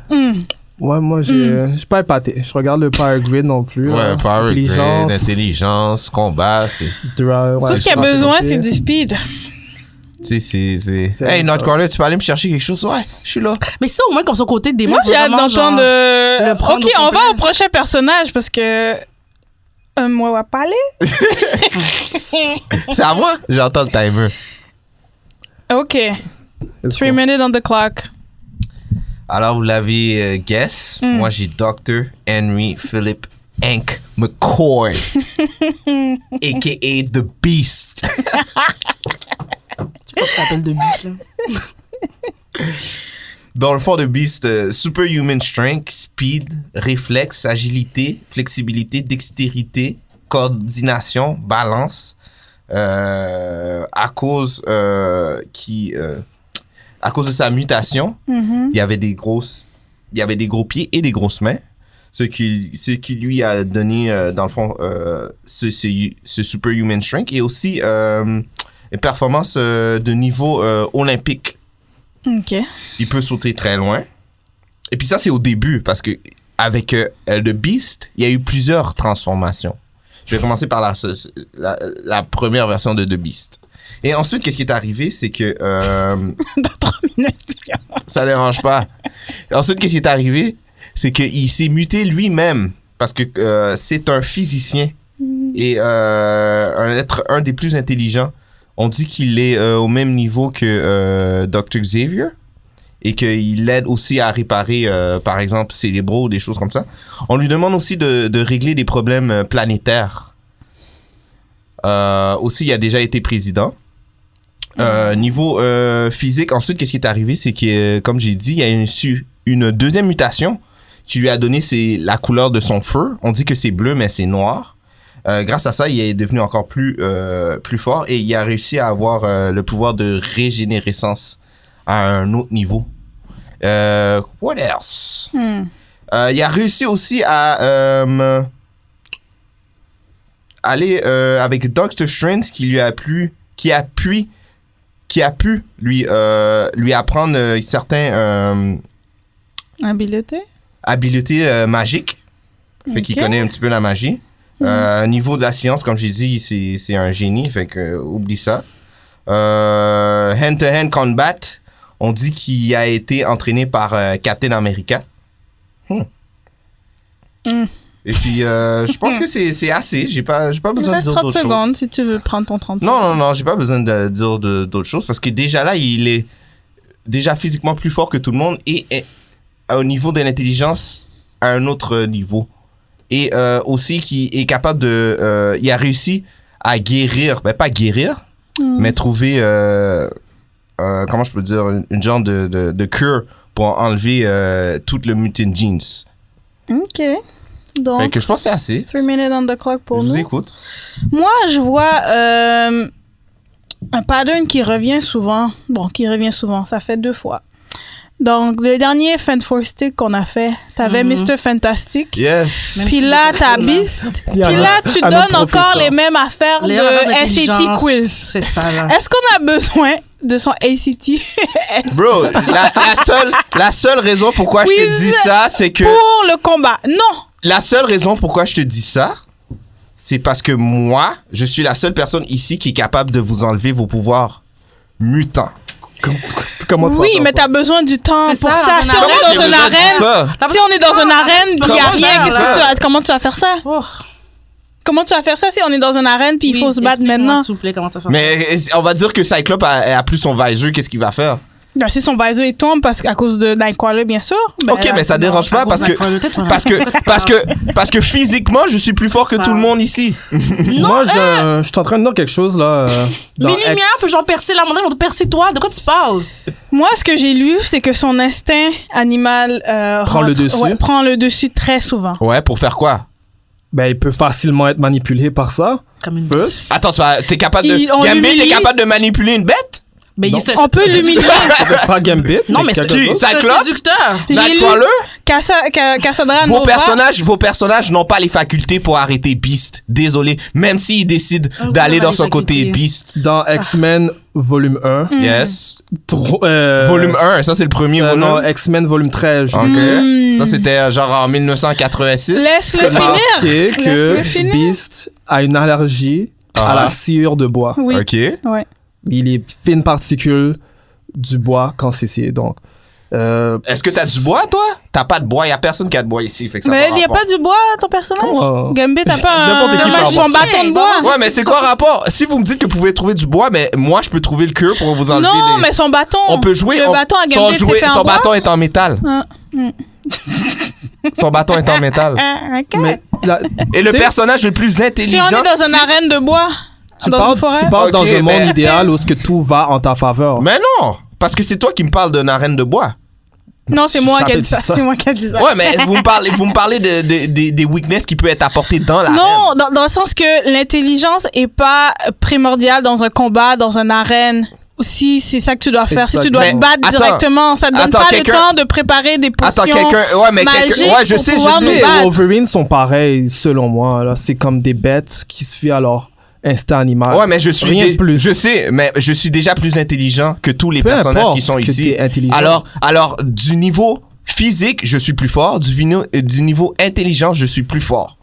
E: Hmm.
B: Ouais, moi, j'ai- je suis pas épaté. Je regarde le Power Grid non plus.
D: Ouais,
B: là.
D: power
B: Intelligence,
D: grid, intelligence, combat, c'est.
B: dra- ouais,
E: Tout ce qu'il y a
B: sensibilité.
E: besoin, c'est du speed.
D: Tu sais, c'est- c'est.
B: C'est
D: Hey,
B: ça.
D: Nightcrawler, tu peux aller me chercher quelque chose? Ouais, je suis là.
C: Mais ça, au moins, comme son côté des
E: Moi, j'ai hâte d'entendre. euh,
C: le prendre
E: Ok,
C: au
E: on va
C: complet.
E: au prochain personnage parce que. Euh, moi, on va parler.
D: C'est à moi? J'entends le timer.
E: Ok.
B: Let's
E: Three
B: go.
E: minutes on the clock.
D: Alors, vous l'avez euh, guess.
E: Mm.
D: Moi, j'ai Dr. Henry Philip Hank McCoy, a.k.a. The Beast.
C: s'appelle de bus, là.
D: Dans le fond, The Beast, euh, superhuman strength, speed, réflexe, agilité, flexibilité, dextérité, coordination, balance. Euh, à cause euh, qui... euh, à cause de sa mutation, il y avait des grosses il y avait des gros pieds et des grosses mains ce qui ce qui lui a donné euh, dans le fond euh, ce, ce, ce superhuman strength et aussi euh, une performance euh, de niveau euh, olympique
E: Ok.
D: il peut sauter très loin et puis ça c'est au début parce que avec euh, le beast il y a eu plusieurs transformations je vais commencer par la, la, la première version de The Beast. Et ensuite, qu'est-ce qui est arrivé? C'est que euh,
E: Dans trois minutes.
D: ça dérange pas. Ensuite, qu'est-ce qui est arrivé? C'est qu'il s'est muté lui-même parce que euh, c'est un physicien et euh, un être un des plus intelligents. On dit qu'il est euh, au même niveau que euh, Dr. Xavier et qu'il l'aide aussi à réparer, euh, par exemple, cérébraux, des choses comme ça. On lui demande aussi de, de régler des problèmes euh, planétaires. Euh, aussi, il a déjà été président. Euh, niveau euh, physique, ensuite, qu'est-ce qui est arrivé? C'est que, euh, comme j'ai dit, il y a une, su- une deuxième mutation qui lui a donné ses- la couleur de son feu. On dit que c'est bleu, mais c'est noir. Euh, grâce à ça, il est devenu encore plus, euh, plus fort et il a réussi à avoir euh, le pouvoir de régénérescence à un autre niveau. Euh, what else?
E: Hmm.
D: Euh, il a réussi aussi à euh, aller euh, avec Doctor Strange qui lui a plu, qui appuie, qui a pu lui euh, lui apprendre euh, certains euh,
E: Habileté.
D: habiletés euh, magiques, fait qu'il
E: Ok. Mhm.
D: connaît un petit peu la magie. Euh, niveau de la science, comme j'ai dit, c'est c'est un génie, fait que euh, oublie ça. Euh, hand to hand combat, on dit qu'il a été entraîné par euh, Captain America. Hmm.
E: Hmm.
D: Et puis, euh, je pense que c'est c'est assez. J'ai pas, j'ai pas
E: Il
D: besoin de
E: reste
D: dire
E: 30
D: d'autres choses.
E: secondes si tu veux prendre ton 30
D: Non, non,
E: secondes.
D: non, j'ai pas besoin de dire de- d'autres choses parce que déjà là, il est déjà physiquement plus fort que tout le monde et est au niveau de l'intelligence à un autre niveau. Et euh, aussi qui est capable de... euh, il a réussi à guérir, ben pas guérir,
E: Hmm.
D: mais trouver, euh, euh, comment je peux dire, une, une genre de, de, de cure pour enlever euh, tout le mutant jeans.
E: Ok.
D: Fait
E: Donc,
D: que je pense que c'est assez.
E: 3 minutes on the clock pour
D: je vous
E: nous.
D: écoute.
E: Moi, je vois euh, un pattern qui revient souvent. Bon, qui revient souvent, ça fait deux fois. Donc, le dernier Fantastic qu'on a fait, t'avais
C: Mhm.
E: Mr. Fantastic.
D: Yes.
C: Même
E: Puis
C: si
E: là,
C: c'est
E: t'as
C: facile, là.
E: Beast. Puis
B: y a un-
E: là, tu
B: un autre
E: donnes encore
B: professeur.
E: les mêmes affaires
C: Les erreurs
E: de SAT
C: d'intelligence,
E: quiz.
C: C'est ça, là.
E: Est-ce qu'on a besoin de son ACT
D: Bro, la, la seule, la seule raison pourquoi je te
E: Quiz
D: dis ça, c'est que
E: pour le combat? Non!
D: la seule raison pourquoi je te dis ça, c'est parce que moi, je suis la seule personne ici qui est capable de vous enlever vos pouvoirs mutants.
B: Comment tu vas
E: oui,
B: faire
E: mais
B: ça?
E: t'as besoin du temps
C: C'est
E: pour
C: ça, dans
E: ça. Si
C: un
E: on
C: arène.
E: est
D: j'ai
E: dans
D: besoin
E: une
D: de
E: arène,
D: ça?
E: si on est dans une arène,
C: tu peux
E: il n'y a
C: pas
E: rien,
C: faire,
E: qu'est-ce que
D: là.
E: tu vas, comment tu vas faire ça?
C: Oh.
E: Comment tu vas faire ça si on est dans une arène puis il faut se battre maintenant?
C: S'il vous plaît, comment t'as fait Ah,
D: Mais euh, on va dire que Cyclope a, a plus son viseur, qu'est-ce qu'il va faire?
E: Ben, si son viseur il tombe parce qu'à cause de Nightcrawler, bien sûr. Ben,
D: ok,
E: là,
D: mais ça
E: sinon-
D: dérange pas parce que,
E: Ah.
C: hein.
D: parce que, parce que, parce que physiquement, je suis plus fort que
E: Ah.
D: tout le monde ici.
B: Moi, je,
E: hein?
B: je suis en train de dire quelque chose, là. euh, dans
C: Mes
B: X.
C: lumières, puis j'en percer la montagne, ils vont te percer toi. De quoi tu parles?
E: Moi, ce que j'ai lu, c'est que son instinct animal euh,
B: Prend le dessus.
E: ouais, prend le dessus très souvent.
D: Ouais, pour faire quoi?
B: ben, il peut facilement être manipulé par ça.
C: Comme une
B: First.
D: Attends, tu vas- t'es capable de.
E: Il- on
D: Gambit, t'es
E: l'humilie.
D: capable de manipuler une bête?
C: Mais Ben, il se-
E: On peut l'humilier.
B: Pas Gambit.
C: Non, mais c'est
B: quelqu'un
D: Qui?
B: d'autre.
D: Ça
C: c'est
D: clope?
C: un séducteur.
E: J'ai lu-
D: Nightcrawler?
E: Cassa- Ca- Cassandra
D: Vos
E: Nova.
D: personnages, vos personnages n'ont pas les facultés pour arrêter Beast. Désolé. Même s'il décide
C: Ah, vous
D: d'aller
C: avez
D: dans
C: les
D: son côté
C: facultés.
D: Beast.
B: Dans X-Men volume 1.
E: Hmm.
D: Yes.
B: tro- euh,
D: Volume 1, ça c'est le premier
B: euh,
D: volume.
B: non, X-Men volume 13. je
D: Ok.
E: Mm.
D: Ça c'était euh, genre en 1986.
E: Laisse-le
B: peux
E: finir.
B: remarquer
E: Laisse-le
B: que
E: finir.
B: Beast a une allergie
D: Ah.
B: à la sciure de bois.
E: Oui.
D: Ok.
E: Ouais.
B: Il est fine particule du bois quand c'est scié. Donc, euh,
D: Est-ce que t'as du bois toi T'as pas de bois, y a personne qui a de bois ici. Fait que ça
E: Mais il
D: n'y
E: n'y Ben, a pas du bois ton personnage.
B: Comment?
E: Gambit, t'as pas un.
B: N'importe qui peut avoir
E: son
C: ça.
E: bâton de bois.
D: Ouais, mais c'est quoi le rapport Si vous me dites que vous pouvez trouver du bois, mais moi je peux trouver le cure pour vous enlever.
E: Non,
D: les-
E: mais son bâton.
D: on peut jouer.
E: Le
D: on-
E: bâton à
D: son
E: Gambit,
D: jouet-
E: c'est fait en
D: son
E: bois.
D: bâton est en métal.
E: Ah. Mm.
D: Son bâton est en métal.
E: Ah, ok.
B: mais la-
D: Et le
B: Tu sais-
D: personnage le plus
E: Si
D: intelligent.
E: on est dans une arène de bois,
C: Ah
B: tu
C: bah,
E: dans
B: parles,
E: une forêt.
B: tu parles dans
D: Ok,
B: un monde
D: mais-
B: idéal où ce que tout va en ta faveur.
D: Mais non, parce que c'est toi qui me parles d'une arène de bois.
E: Non, c'est moi qui ai
B: J'avais
E: dit
B: dit
E: ça.
B: ça.
E: C'est moi qui ai dit ça.
D: Ouais, mais vous me parlez, vous me parlez de, de- des- des weaknesses qui peuvent être apportées dans l'arène.
E: Non, dans, dans le sens que l'intelligence est pas primordiale dans un combat, dans une arène. Si c'est ça que tu dois faire, si tu dois te
D: Exactement.
E: battre
D: Attends.
E: directement, ça te donne
D: Attends,
E: pas le
D: quelqu'un-
E: temps de préparer des
D: Attends,
E: potions.
D: quelqu'un. Ouais, mais
E: magique
D: quelqu'un. Ouais, je
E: pour
D: sais,
E: pouvoir
D: je
E: nous
B: Les
D: sais.
E: battre.
B: Wolverines sont pareils, selon moi. là. C'est comme des bêtes qui se fient à leur instinct animal.
D: Ouais, mais je suis.
B: Rien
D: dé-
B: de plus.
D: Je sais, mais je suis déjà plus intelligent que tous les
B: Peu
D: personnages
B: importe
D: qui sont
B: que
D: ici.
B: t'es intelligent.
D: Alors, alors, du niveau physique, je suis plus fort. Du, vino- euh, du niveau intelligent, je suis plus fort.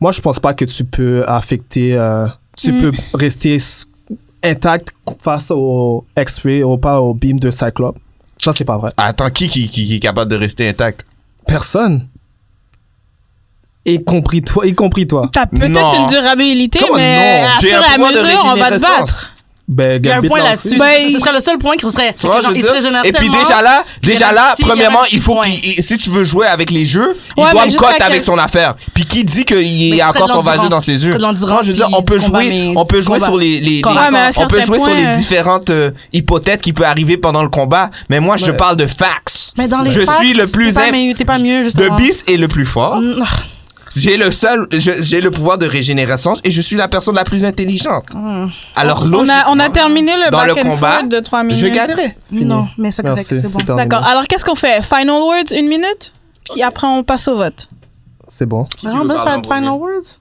B: Moi, je pense pas que tu peux affecter. euh, tu
C: Mm.
B: peux rester s- intact face au X-ray ou pas au beam de Cyclope. Ça, c'est pas vrai.
D: Attends, qui, qui, qui, qui est capable de rester intact?
B: Personne. Y compris toi. Y compris toi.
E: T'as peut-être
D: Non.
E: une durabilité,
B: Comment
E: mais
B: non?
E: à
D: J'ai un
E: fur et à
D: pouvoir de
E: mesure, on va te
D: régénérescence.
E: battre.
B: Ben,
C: Il y a un
B: Gambit
C: point
B: l'a
C: là-dessus.
B: aussi.
E: Ben,
C: ce serait le seul point qui serait.
D: Tu
C: c'est
D: vois,
C: que genre,
D: je veux
C: il se
D: dire?
C: régénère
D: Et puis
C: tellement.
D: déjà là,
C: il y en
D: déjà
C: a
D: là,
C: petit, il y en a
D: premièrement,
C: petit
D: il faut
C: point.
D: qu'il, il- si tu veux jouer avec les jeux,
E: Ouais,
D: il doit
E: mais
D: me
E: jusqu'à
D: cote
E: quel-
D: avec son affaire. Puis qui dit qu'il
C: Mais
D: y
C: ce
D: a
C: serait
D: encore
C: de
D: son vaseux
C: l'endurance.
D: dans ses
C: Ce
D: yeux?
C: serait de l'endurance,
D: Non, je veux dire,
C: puis
D: on peut
C: du combat,
D: jouer,
C: mais
D: on
C: du
D: peut jouer
C: combat.
D: sur les, les,
C: Corps
D: les-
C: à corps.
E: mais à
D: on peut
E: certains
D: jouer sur les
E: points, euh,
D: différentes euh, hypothèses qui peuvent arriver pendant le combat. Mais moi, je
B: Ouais.
D: parle de facts.
C: Mais dans les
D: je
C: facts,
D: suis le plus
C: t'es pas
D: imp-
C: mieux- T'es pas mieux, justement.
D: Le bis est le plus fort.
C: Mm, ah,
D: J'ai le seul, je- j'ai le pouvoir de régénérescence et je suis la personne la plus intelligente.
C: Hmm.
D: Alors
E: On a, on a
D: logiquement,
E: terminé le
D: dans
E: back
D: le
E: and
D: combat,
E: forth de 3 minutes.
D: je gagnerai.
B: Fini.
C: Non, mais c'est correct,
B: Merci,
C: c'est bon.
B: c'est terminé.
E: D'accord. Alors, qu'est-ce qu'on fait? Final words, une minute? Puis après, on passe au vote.
B: C'est bon.
C: Mais
D: tu
C: on
D: veux
C: peut
D: parler
C: faire
D: en
C: de final
D: premier?
C: words?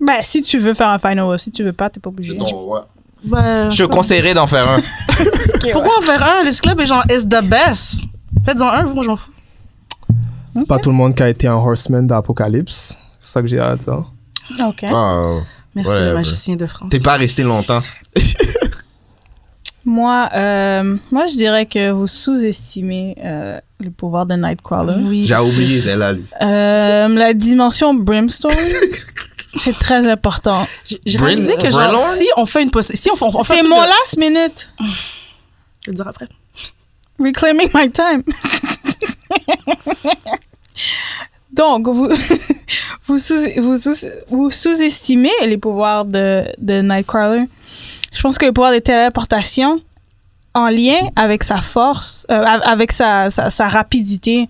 E: Ben, si tu veux faire un final word, si tu veux pas, t'es pas obligé.
C: Ben,
D: Je te conseillerais d'en faire un.
C: pourquoi en faire un? Les clubs est genre, is the best. Faites-en un, vous, moi, je m'en fous.
B: C'est pas tout le monde qui a été un horseman d'Apocalypse. C'est ça que j'ai hein. à dire.
E: Ok.
D: Ah,
C: Hein? Merci,
D: Ouais,
C: le
D: ouais.
C: magicien de France.
D: T'es pas resté longtemps.
E: Moi, euh, moi, je dirais que vous sous-estimez euh, le pouvoir de Nightcrawler.
C: Oui,
D: J'ai
C: je
D: oublié,
C: sais.
D: elle est là, lui.
E: Euh, la dimension brimstone, c'est très important.
C: J'ai- J'ai réalisé que genre,
D: Brillorn?
C: si on fait une poss- si on, fait- on, fait un
E: C'est
C: truc
E: mon
C: de-
E: last minute.
C: Je vais le dire après.
E: Reclaiming my time. Donc, vous, vous, sous, vous, sous- vous sous-estimez les pouvoirs de, de Nightcrawler. Je pense que le pouvoir de téléportation, en lien avec sa force, euh, av- avec sa, sa, sa rapidité,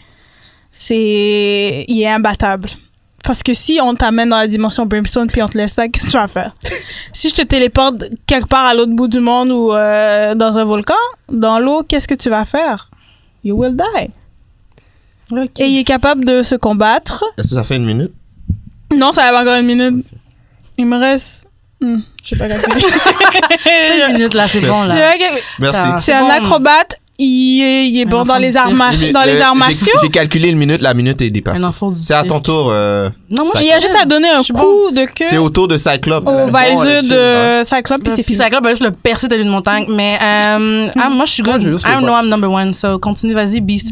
E: c'est. Il est imbattable. Parce que si on t'amène dans la dimension Brimstone puis on te laisse ça, qu'est-ce que tu vas faire? si je te téléporte quelque part à l'autre bout du monde ou euh, dans un volcan, dans l'eau, qu'est-ce que tu vas faire? You will die. Et il est capable de se combattre.
D: Est-ce que ça fait une minute?
E: Non, ça va encore une minute. Il me reste. Hmm, je sais pas calculer.
C: Une minute, là, c'est bon,
E: Je
C: là.
E: sais pas calculer.
D: Merci.
C: Ah,
E: C'est un
C: bon.
E: acrobate. Il est, il est
C: Un
E: bon dans
C: enfant
E: les
C: du
E: arts,
C: cirque.
E: ma- dans les
D: Le-
E: arts
D: j'ai- euh,
E: martiaux.
D: J'ai calculé une minute, la minute est dépassée.
C: Un enfant du
D: C'est à ton
C: cirque.
D: tour. euh,
C: Non, moi,
D: Ça-
C: je
E: Il a juste à donner un
C: Je suis
E: coup de queue
D: c'est au tour de Cyclope.
C: Oh.
E: au
D: viseur
E: viseur de Cyclope, puis c'est
C: Bah, Puis
E: fini.
C: ça va juste le percer de l'une montagne. Mais euh, ah, moi, je suis good.
B: je veux juste
C: I
B: le
C: know
B: voir.
C: I'm number one. So, continue, vas-y, Beast.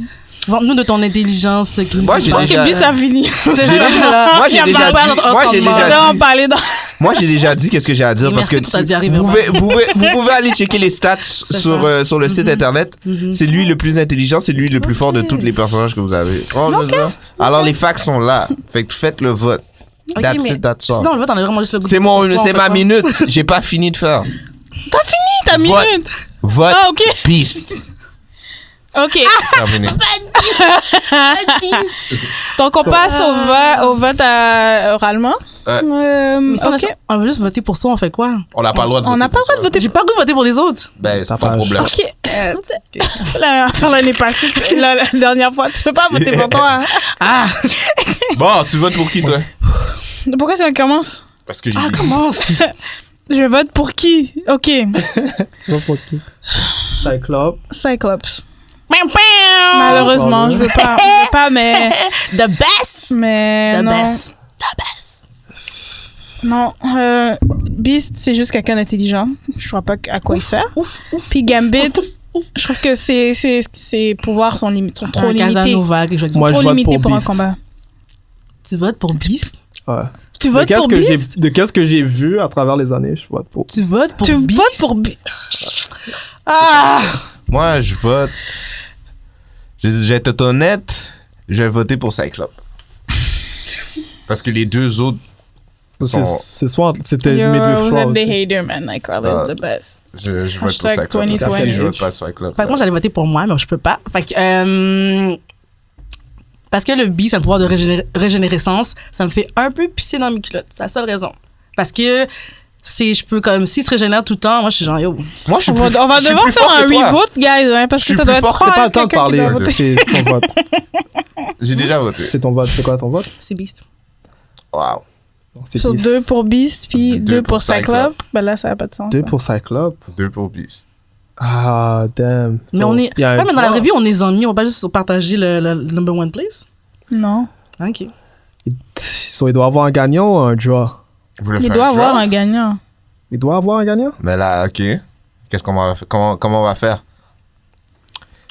C: Vante-nous de ton intelligence. euh, Qui nous
D: Moi, j'ai
C: dépasse.
E: Parce
D: déjà-
E: que puis ça finit.
C: C'est ça, là.
D: Moi, j'ai
C: Il y a
D: déjà
C: pas
D: dit-
C: d'autre
D: moi, j'ai
C: autrement.
D: déjà
E: Là, on parlait dans.
D: Moi, j'ai déjà dit qu'est-ce que j'ai à dire
C: Et
D: parce que,
C: merci pour ta diarrhée
D: vous, pouvez,
C: verbale.
D: vous, pouvez, vous pouvez aller checker les stats sur,
C: ça. Mhm.
D: euh, sur le site internet. C'est lui le plus intelligent, c'est lui le plus fort de
C: Ok.
D: tous les personnages que vous avez. Oh, je veux dire. Alors, les facts sont là. Fait que faites le vote.
C: Ok,
D: That's
C: mais
D: it, that's all.
C: Sinon, on le vote, on a vraiment juste le goût
D: C'est
C: de-
D: mon,
C: Soit on
D: c'est
C: fait
D: ma
C: pas.
D: minute. J'ai pas fini de faire.
E: T'as fini ta
D: Vote.
E: minute.
D: Vote.
E: Ah, ok.
D: Beast.
E: Ok.
D: Terminé.
E: Donc, on passe au vote, au vote à- oralement.
D: Ouais.
E: Euh,
C: Ah. Mais si on a-
E: ok.
C: on veut juste voter pour soi, on fait quoi?
D: On n'a pas le droit de
E: On n'a pas le droit de voter.
C: J'ai pas le goût de voter pour les autres.
D: Ben, c'est
B: Ça
D: pas un
B: passe.
D: problème.
E: Ok. Euh, la, enfin, l'année passée, la, la dernière fois, tu peux pas voter pour toi. hein.
C: Ah!
D: Bon, tu votes pour qui, toi
E: Pourquoi ça commence
D: Parce que j'ai
C: Ah,
D: dit-
C: commence!
E: Je vote pour qui Ok.
B: Tu vois pour qui Cyclope.
E: Cyclops.
C: Pam, pam!
E: Malheureusement, je veux pas. Je veux pas, mais.
C: The best!
E: Mais.
C: The
E: Ah non.
C: best! The best!
E: Non. Euh, Beast, c'est juste quelqu'un d'intelligent. Je vois pas à quoi il sert. Puis Gambit, je trouve que ses, ses, ses pouvoirs sont, limites, sont trop
C: Un
E: limités.
C: Casanova, quelque chose.
B: Moi, je
E: trop
B: vote
E: limités
B: pour
E: pour, un
B: Beast.
E: combat.
C: Tu votes pour Beast?
B: Ouais.
E: Tu
B: De
E: votes
B: qu'est-ce
E: pour
B: que j'ai
E: Beast
B: de qu'est-ce que j'ai vu à travers les années, je vote pour.
C: Tu votes pour
E: Tu
C: Beast?
E: votes pour Beast
C: Ah!
D: Moi, je vote. Je- J'ai été honnête, je vais voter pour Cyclope. Parce que les deux autres.
B: C'est
D: Sont...
B: c'est soit c'était
E: Yo,
B: mes deux
E: vous
B: choix.
E: êtes des
B: aussi.
E: haters, man. I call it
D: Ah.
E: the best.
D: Je, je vote pour
E: Hashtag
D: Cyclope.
E: 2020.
D: Si je vote pas Cyclope. ben,
C: Fait que moi, j'allais voter pour moi, mais je peux pas. Fait que, euh, parce que le Beast a un pouvoir de régéné- régénérescence, ça me fait un peu pisser dans mes culottes. C'est la seule raison. Parce que si je peux, comme, s'il se régénère tout le temps, moi, je suis genre, yo,
D: Moi, je suis
E: On
D: plus
E: va, on va
D: je suis
E: devoir
D: plus
E: faire
D: fort
E: un
D: que toi.
E: revote, guys, hein, parce
D: Je
E: que
D: suis
E: ça
D: plus
E: doit être
D: fort,
B: C'est
E: trois,
B: pas le temps de
E: quelqu'un qui
B: parler.
E: doit voter.
B: C'est son vote.
D: J'ai déjà voté.
B: C'est ton vote. C'est quoi ton vote
C: c'est Beast.
D: Waouh.
B: Non, c'est
E: Sur
B: Beast.
E: deux pour Beast, puis
D: Deux
E: deux pour
D: pour Cyclope.
E: Cyclope. Ben là, ça n'a pas de sens.
B: Deux
E: hein.
B: pour Cyclope.
D: Deux pour Beast.
B: Ah damn.
C: Mais
B: So,
C: on est,
B: il y a
C: ouais,
B: un
C: mais dans la
B: pouvoir.
C: vraie vie, on est amis, on va pas juste partager le, le- le number one place.
E: Non.
C: Ok.
B: So, il doit avoir un gagnant ou un draw
D: Vous voulez
E: Il
D: faire
E: doit
D: un draw?
E: avoir un gagnant.
B: Il doit avoir un gagnant
D: Mais là, ok. Qu'est-ce qu'on va faire? Comment, comment on va faire?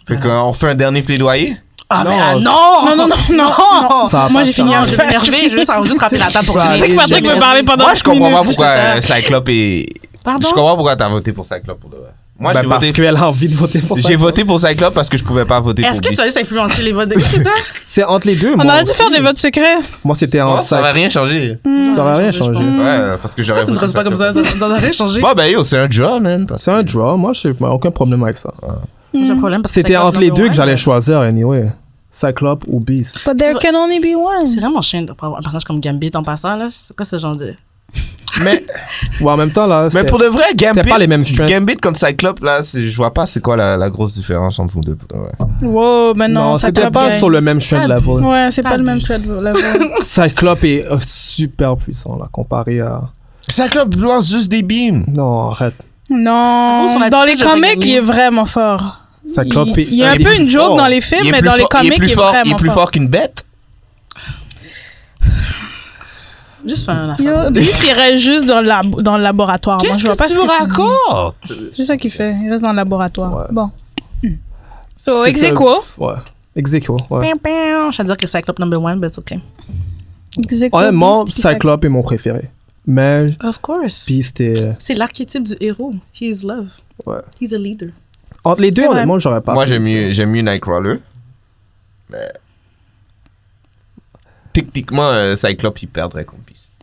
D: Fait qu'on fait un dernier plaidoyer?
C: Ah,
B: Non,
C: mais là,
B: c'est-
C: non!
E: Non, non, non, non.
B: Ça va
E: Moi,
B: pas
E: j'ai
B: faire.
E: fini.
C: Non,
E: hein,
C: je
E: j'ai
C: vais m'énerver, je vais juste juste rappeler la table pour que
B: C'est
C: tu
B: que
C: dises.
E: Patrick
C: Je vais
E: me parlait
C: m'énerver.
E: pendant
D: Moi, je comprends pas
E: minutes.
D: pourquoi euh, Cyclope est.
C: Pardon?
D: Je comprends pourquoi t'as voté pour Cyclope pour de vrai. Moi,
B: Ben,
D: j'ai
B: Parce
D: voté.
B: qu'elle a envie de voter pour
D: J'ai
B: Cyclope.
D: voté pour Cyclope parce que je pouvais pas voter
C: Est-ce
D: pour
C: que tu
D: Beast.
C: as juste influencé les votes de qui, toi?
B: C'est entre les deux.
E: On
B: moi
E: aurait dû
B: aussi.
E: faire des votes Mm. secrets.
B: Moi, c'était
D: Non,
B: entre
D: Oh, ça va rien changer.
B: Cyclope. Ça aurait rien
C: Je- je
B: changé.
C: pense-
D: Ouais, parce que j'aurais
C: Pourquoi
D: voté
C: tu me traces pas comme ça?
D: Cyclope.
C: Ça ça aurait changé?
D: Bon, ben yo, c'est un draw, man. parce
B: C'est un
D: que-
B: draw. Moi, je n'ai aucun problème avec ça.
C: J'ai un problème parce que
B: C'était
C: Cyclope
B: entre les
C: number
B: deux
C: one.
B: que j'allais choisir, anyway. Cyclope ou Beast.
E: But there can only be
C: C'est
E: one.
C: vraiment chiant de pas avoir un personnage comme Gambit en passant, là. C'est quoi ce genre de.
D: Mais,
B: Ou en même temps, là.
D: mais
B: c'était-
D: pour de vrai, Gambit.
B: pas les mêmes strengths.
D: Gambit contre Cyclope, là, c'est- je vois pas c'est quoi la, la grosse différence entre vous deux. pour de vrai.
E: Wow, mais non,
B: Non,
E: ça
B: c'était
E: tape
B: pas
E: bien.
B: sur le même strength
C: Ça
B: level.
E: Ouais, c'est pas le même
C: T'abuses.
E: code. là, ouais.
B: Cyclope est euh, super puissant, là, comparé à.
D: Cyclope lance juste des beams.
B: Non, arrête.
E: Non,
C: Par contre, son
E: dans les
C: attitude, j'aurais
E: comics,
C: gagné.
E: il est vraiment fort.
B: Cyclope
E: Il, il y a un
B: des
E: peu
B: plus
E: une joke
B: forts.
E: dans les films,
D: est
E: mais
D: plus
E: dans les
D: fort-
E: comics,
D: il est plus fort, il est
E: vraiment
D: plus
E: fort.
D: fort qu'une bête.
C: Juste faire un affaire.
E: Yo, Beast, il reste juste dans le, lab- dans le laboratoire. Moi, je vois pas ce que tu dis.
D: racontes
E: C'est ça qu'il fait. Il reste dans le laboratoire.
B: Ouais.
E: Bon. So,
B: Oh. C'est
E: ex
B: ça.
E: aequo.
B: Ouais. Ex aequo, ouais.
C: Je vais dire que Cyclope number one, ben, but it's okay.
E: Ex aequo,
B: Honnêtement,
E: Beast, puis Cyclope.
B: Cyclope est mon préféré. Mais
C: Of course.
B: Beast est.
C: C'est l'archétype du héros. He is love.
B: Ouais.
C: He's a leader.
B: Entre les deux,
E: C'est vrai.
B: honnêtement, j'aurais pas.
D: Moi, j'aime mieux, j'aime mieux Nightcrawler. Mais. Techniquement, euh, Cyclope, il perdrait contre Beast.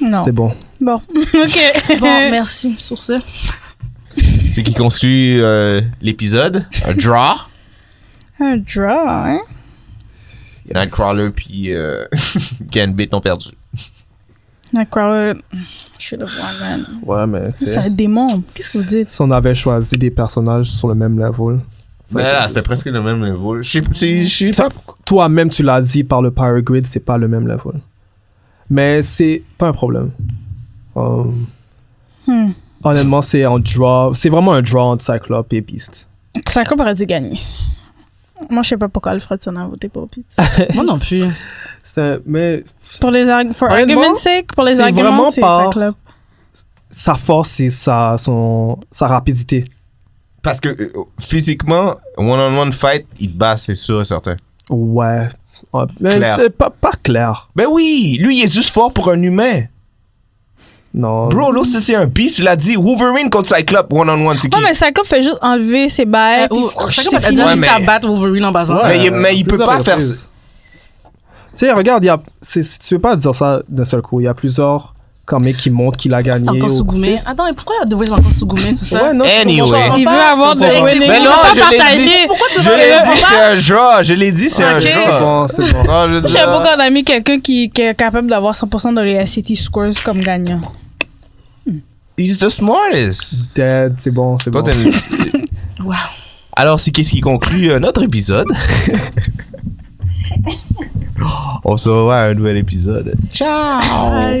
E: Non.
B: C'est bon.
E: Bon. OK.
C: Bon, merci sur ce.
D: C'est qui conclut euh, l'épisode. Un draw.
E: Un draw, hein?
B: Yes.
D: Nightcrawler puis euh, Gambit ont perdu.
E: Nightcrawler. Je suis le voir, man.
B: Ouais, mais
E: C'est un
B: c'est.
E: démon. Qu'est-ce que vous dites?
B: Si on avait choisi des personnages sur le même level. ça
D: Mais
B: aurait été-
D: là, Ah, c'était presque le même niveau. Je sais- c'est- je sais
B: Ça-
D: pas.
B: Toi-même, tu l'as dit par le Power Grid, c'est pas le même level. Mais c'est pas un problème. Euh,
E: Hmm.
B: Honnêtement, c'est en draw. C'est vraiment un draw entre Cyclope et Beast.
E: Cyclope aurait dû gagner. Moi, je sais pas pourquoi Alfredson a voté pour Pete.
C: Moi non plus.
B: C'est un- mais
E: Pour les arguments, for
B: Honnêtement,
E: argument's sake, pour les
B: c'est
E: arguments,
B: vraiment
E: c'est
B: pas-
E: Cyclope.
B: sa force, c'est sa, son, sa rapidité.
D: Parce que euh, physiquement, one-on-one fight, il te bat, c'est sûr et certain.
B: Ouais. Ouais, Mais
D: Clair.
B: c'est pas, pas clair.
D: Ben oui, lui, il est juste fort pour un humain.
B: Non.
D: Bro, là, c'est c'est un beast, tu l'as dit. Wolverine contre Cyclope, one-on-one, c'est qui?
E: Non, mais Cyclope fait juste enlever ses bails. puis
C: Oh,
E: pff,
C: Cyclope
E: c'est
C: a
E: fini.
C: déjà
D: Ouais,
C: réussi
D: mais-
C: à battre Wolverine en basant.
D: Ouais. mais il- mais il peut
B: plusieurs
D: pas faire
B: reprises. Tu sais, regarde, il y a, c'est- tu peux pas dire ça d'un seul coup. Il y a plusieurs quand même qui montre qu'il a gagné.
C: Encore
B: au
C: Sougoumé.
B: course.
C: Attends, mais pourquoi il y a deux voix encore Sougoumé sur ça?
B: Ouais, non, c'est-
D: Anyway.
B: moi, j'en
E: Il veut
B: parle.
E: avoir de
C: Pourquoi-
E: winning.
D: Mais
E: Il
D: non,
E: veut pas
D: je l'ai
E: partager.
D: dit.
C: Pourquoi tu
D: Je
C: veux
D: l'ai dit, c'est un genre. Je l'ai dit, c'est un
C: Ok.
B: C'est
D: genre.
B: bon, c'est bon.
D: Non, je veux
E: J'ai
B: Euh.
D: dire-
E: beaucoup d'amis, quelqu'un qui, qui est capable d'avoir 100% dans les SAT scores comme gagnant.
D: He's the smartest.
B: Dead, c'est bon, c'est
D: Toi,
B: bon.
D: t'aimes-
C: Wow.
D: Alors, c'est qu'est-ce qui conclut euh, notre épisode. On se revoit à un nouvel épisode. Ciao!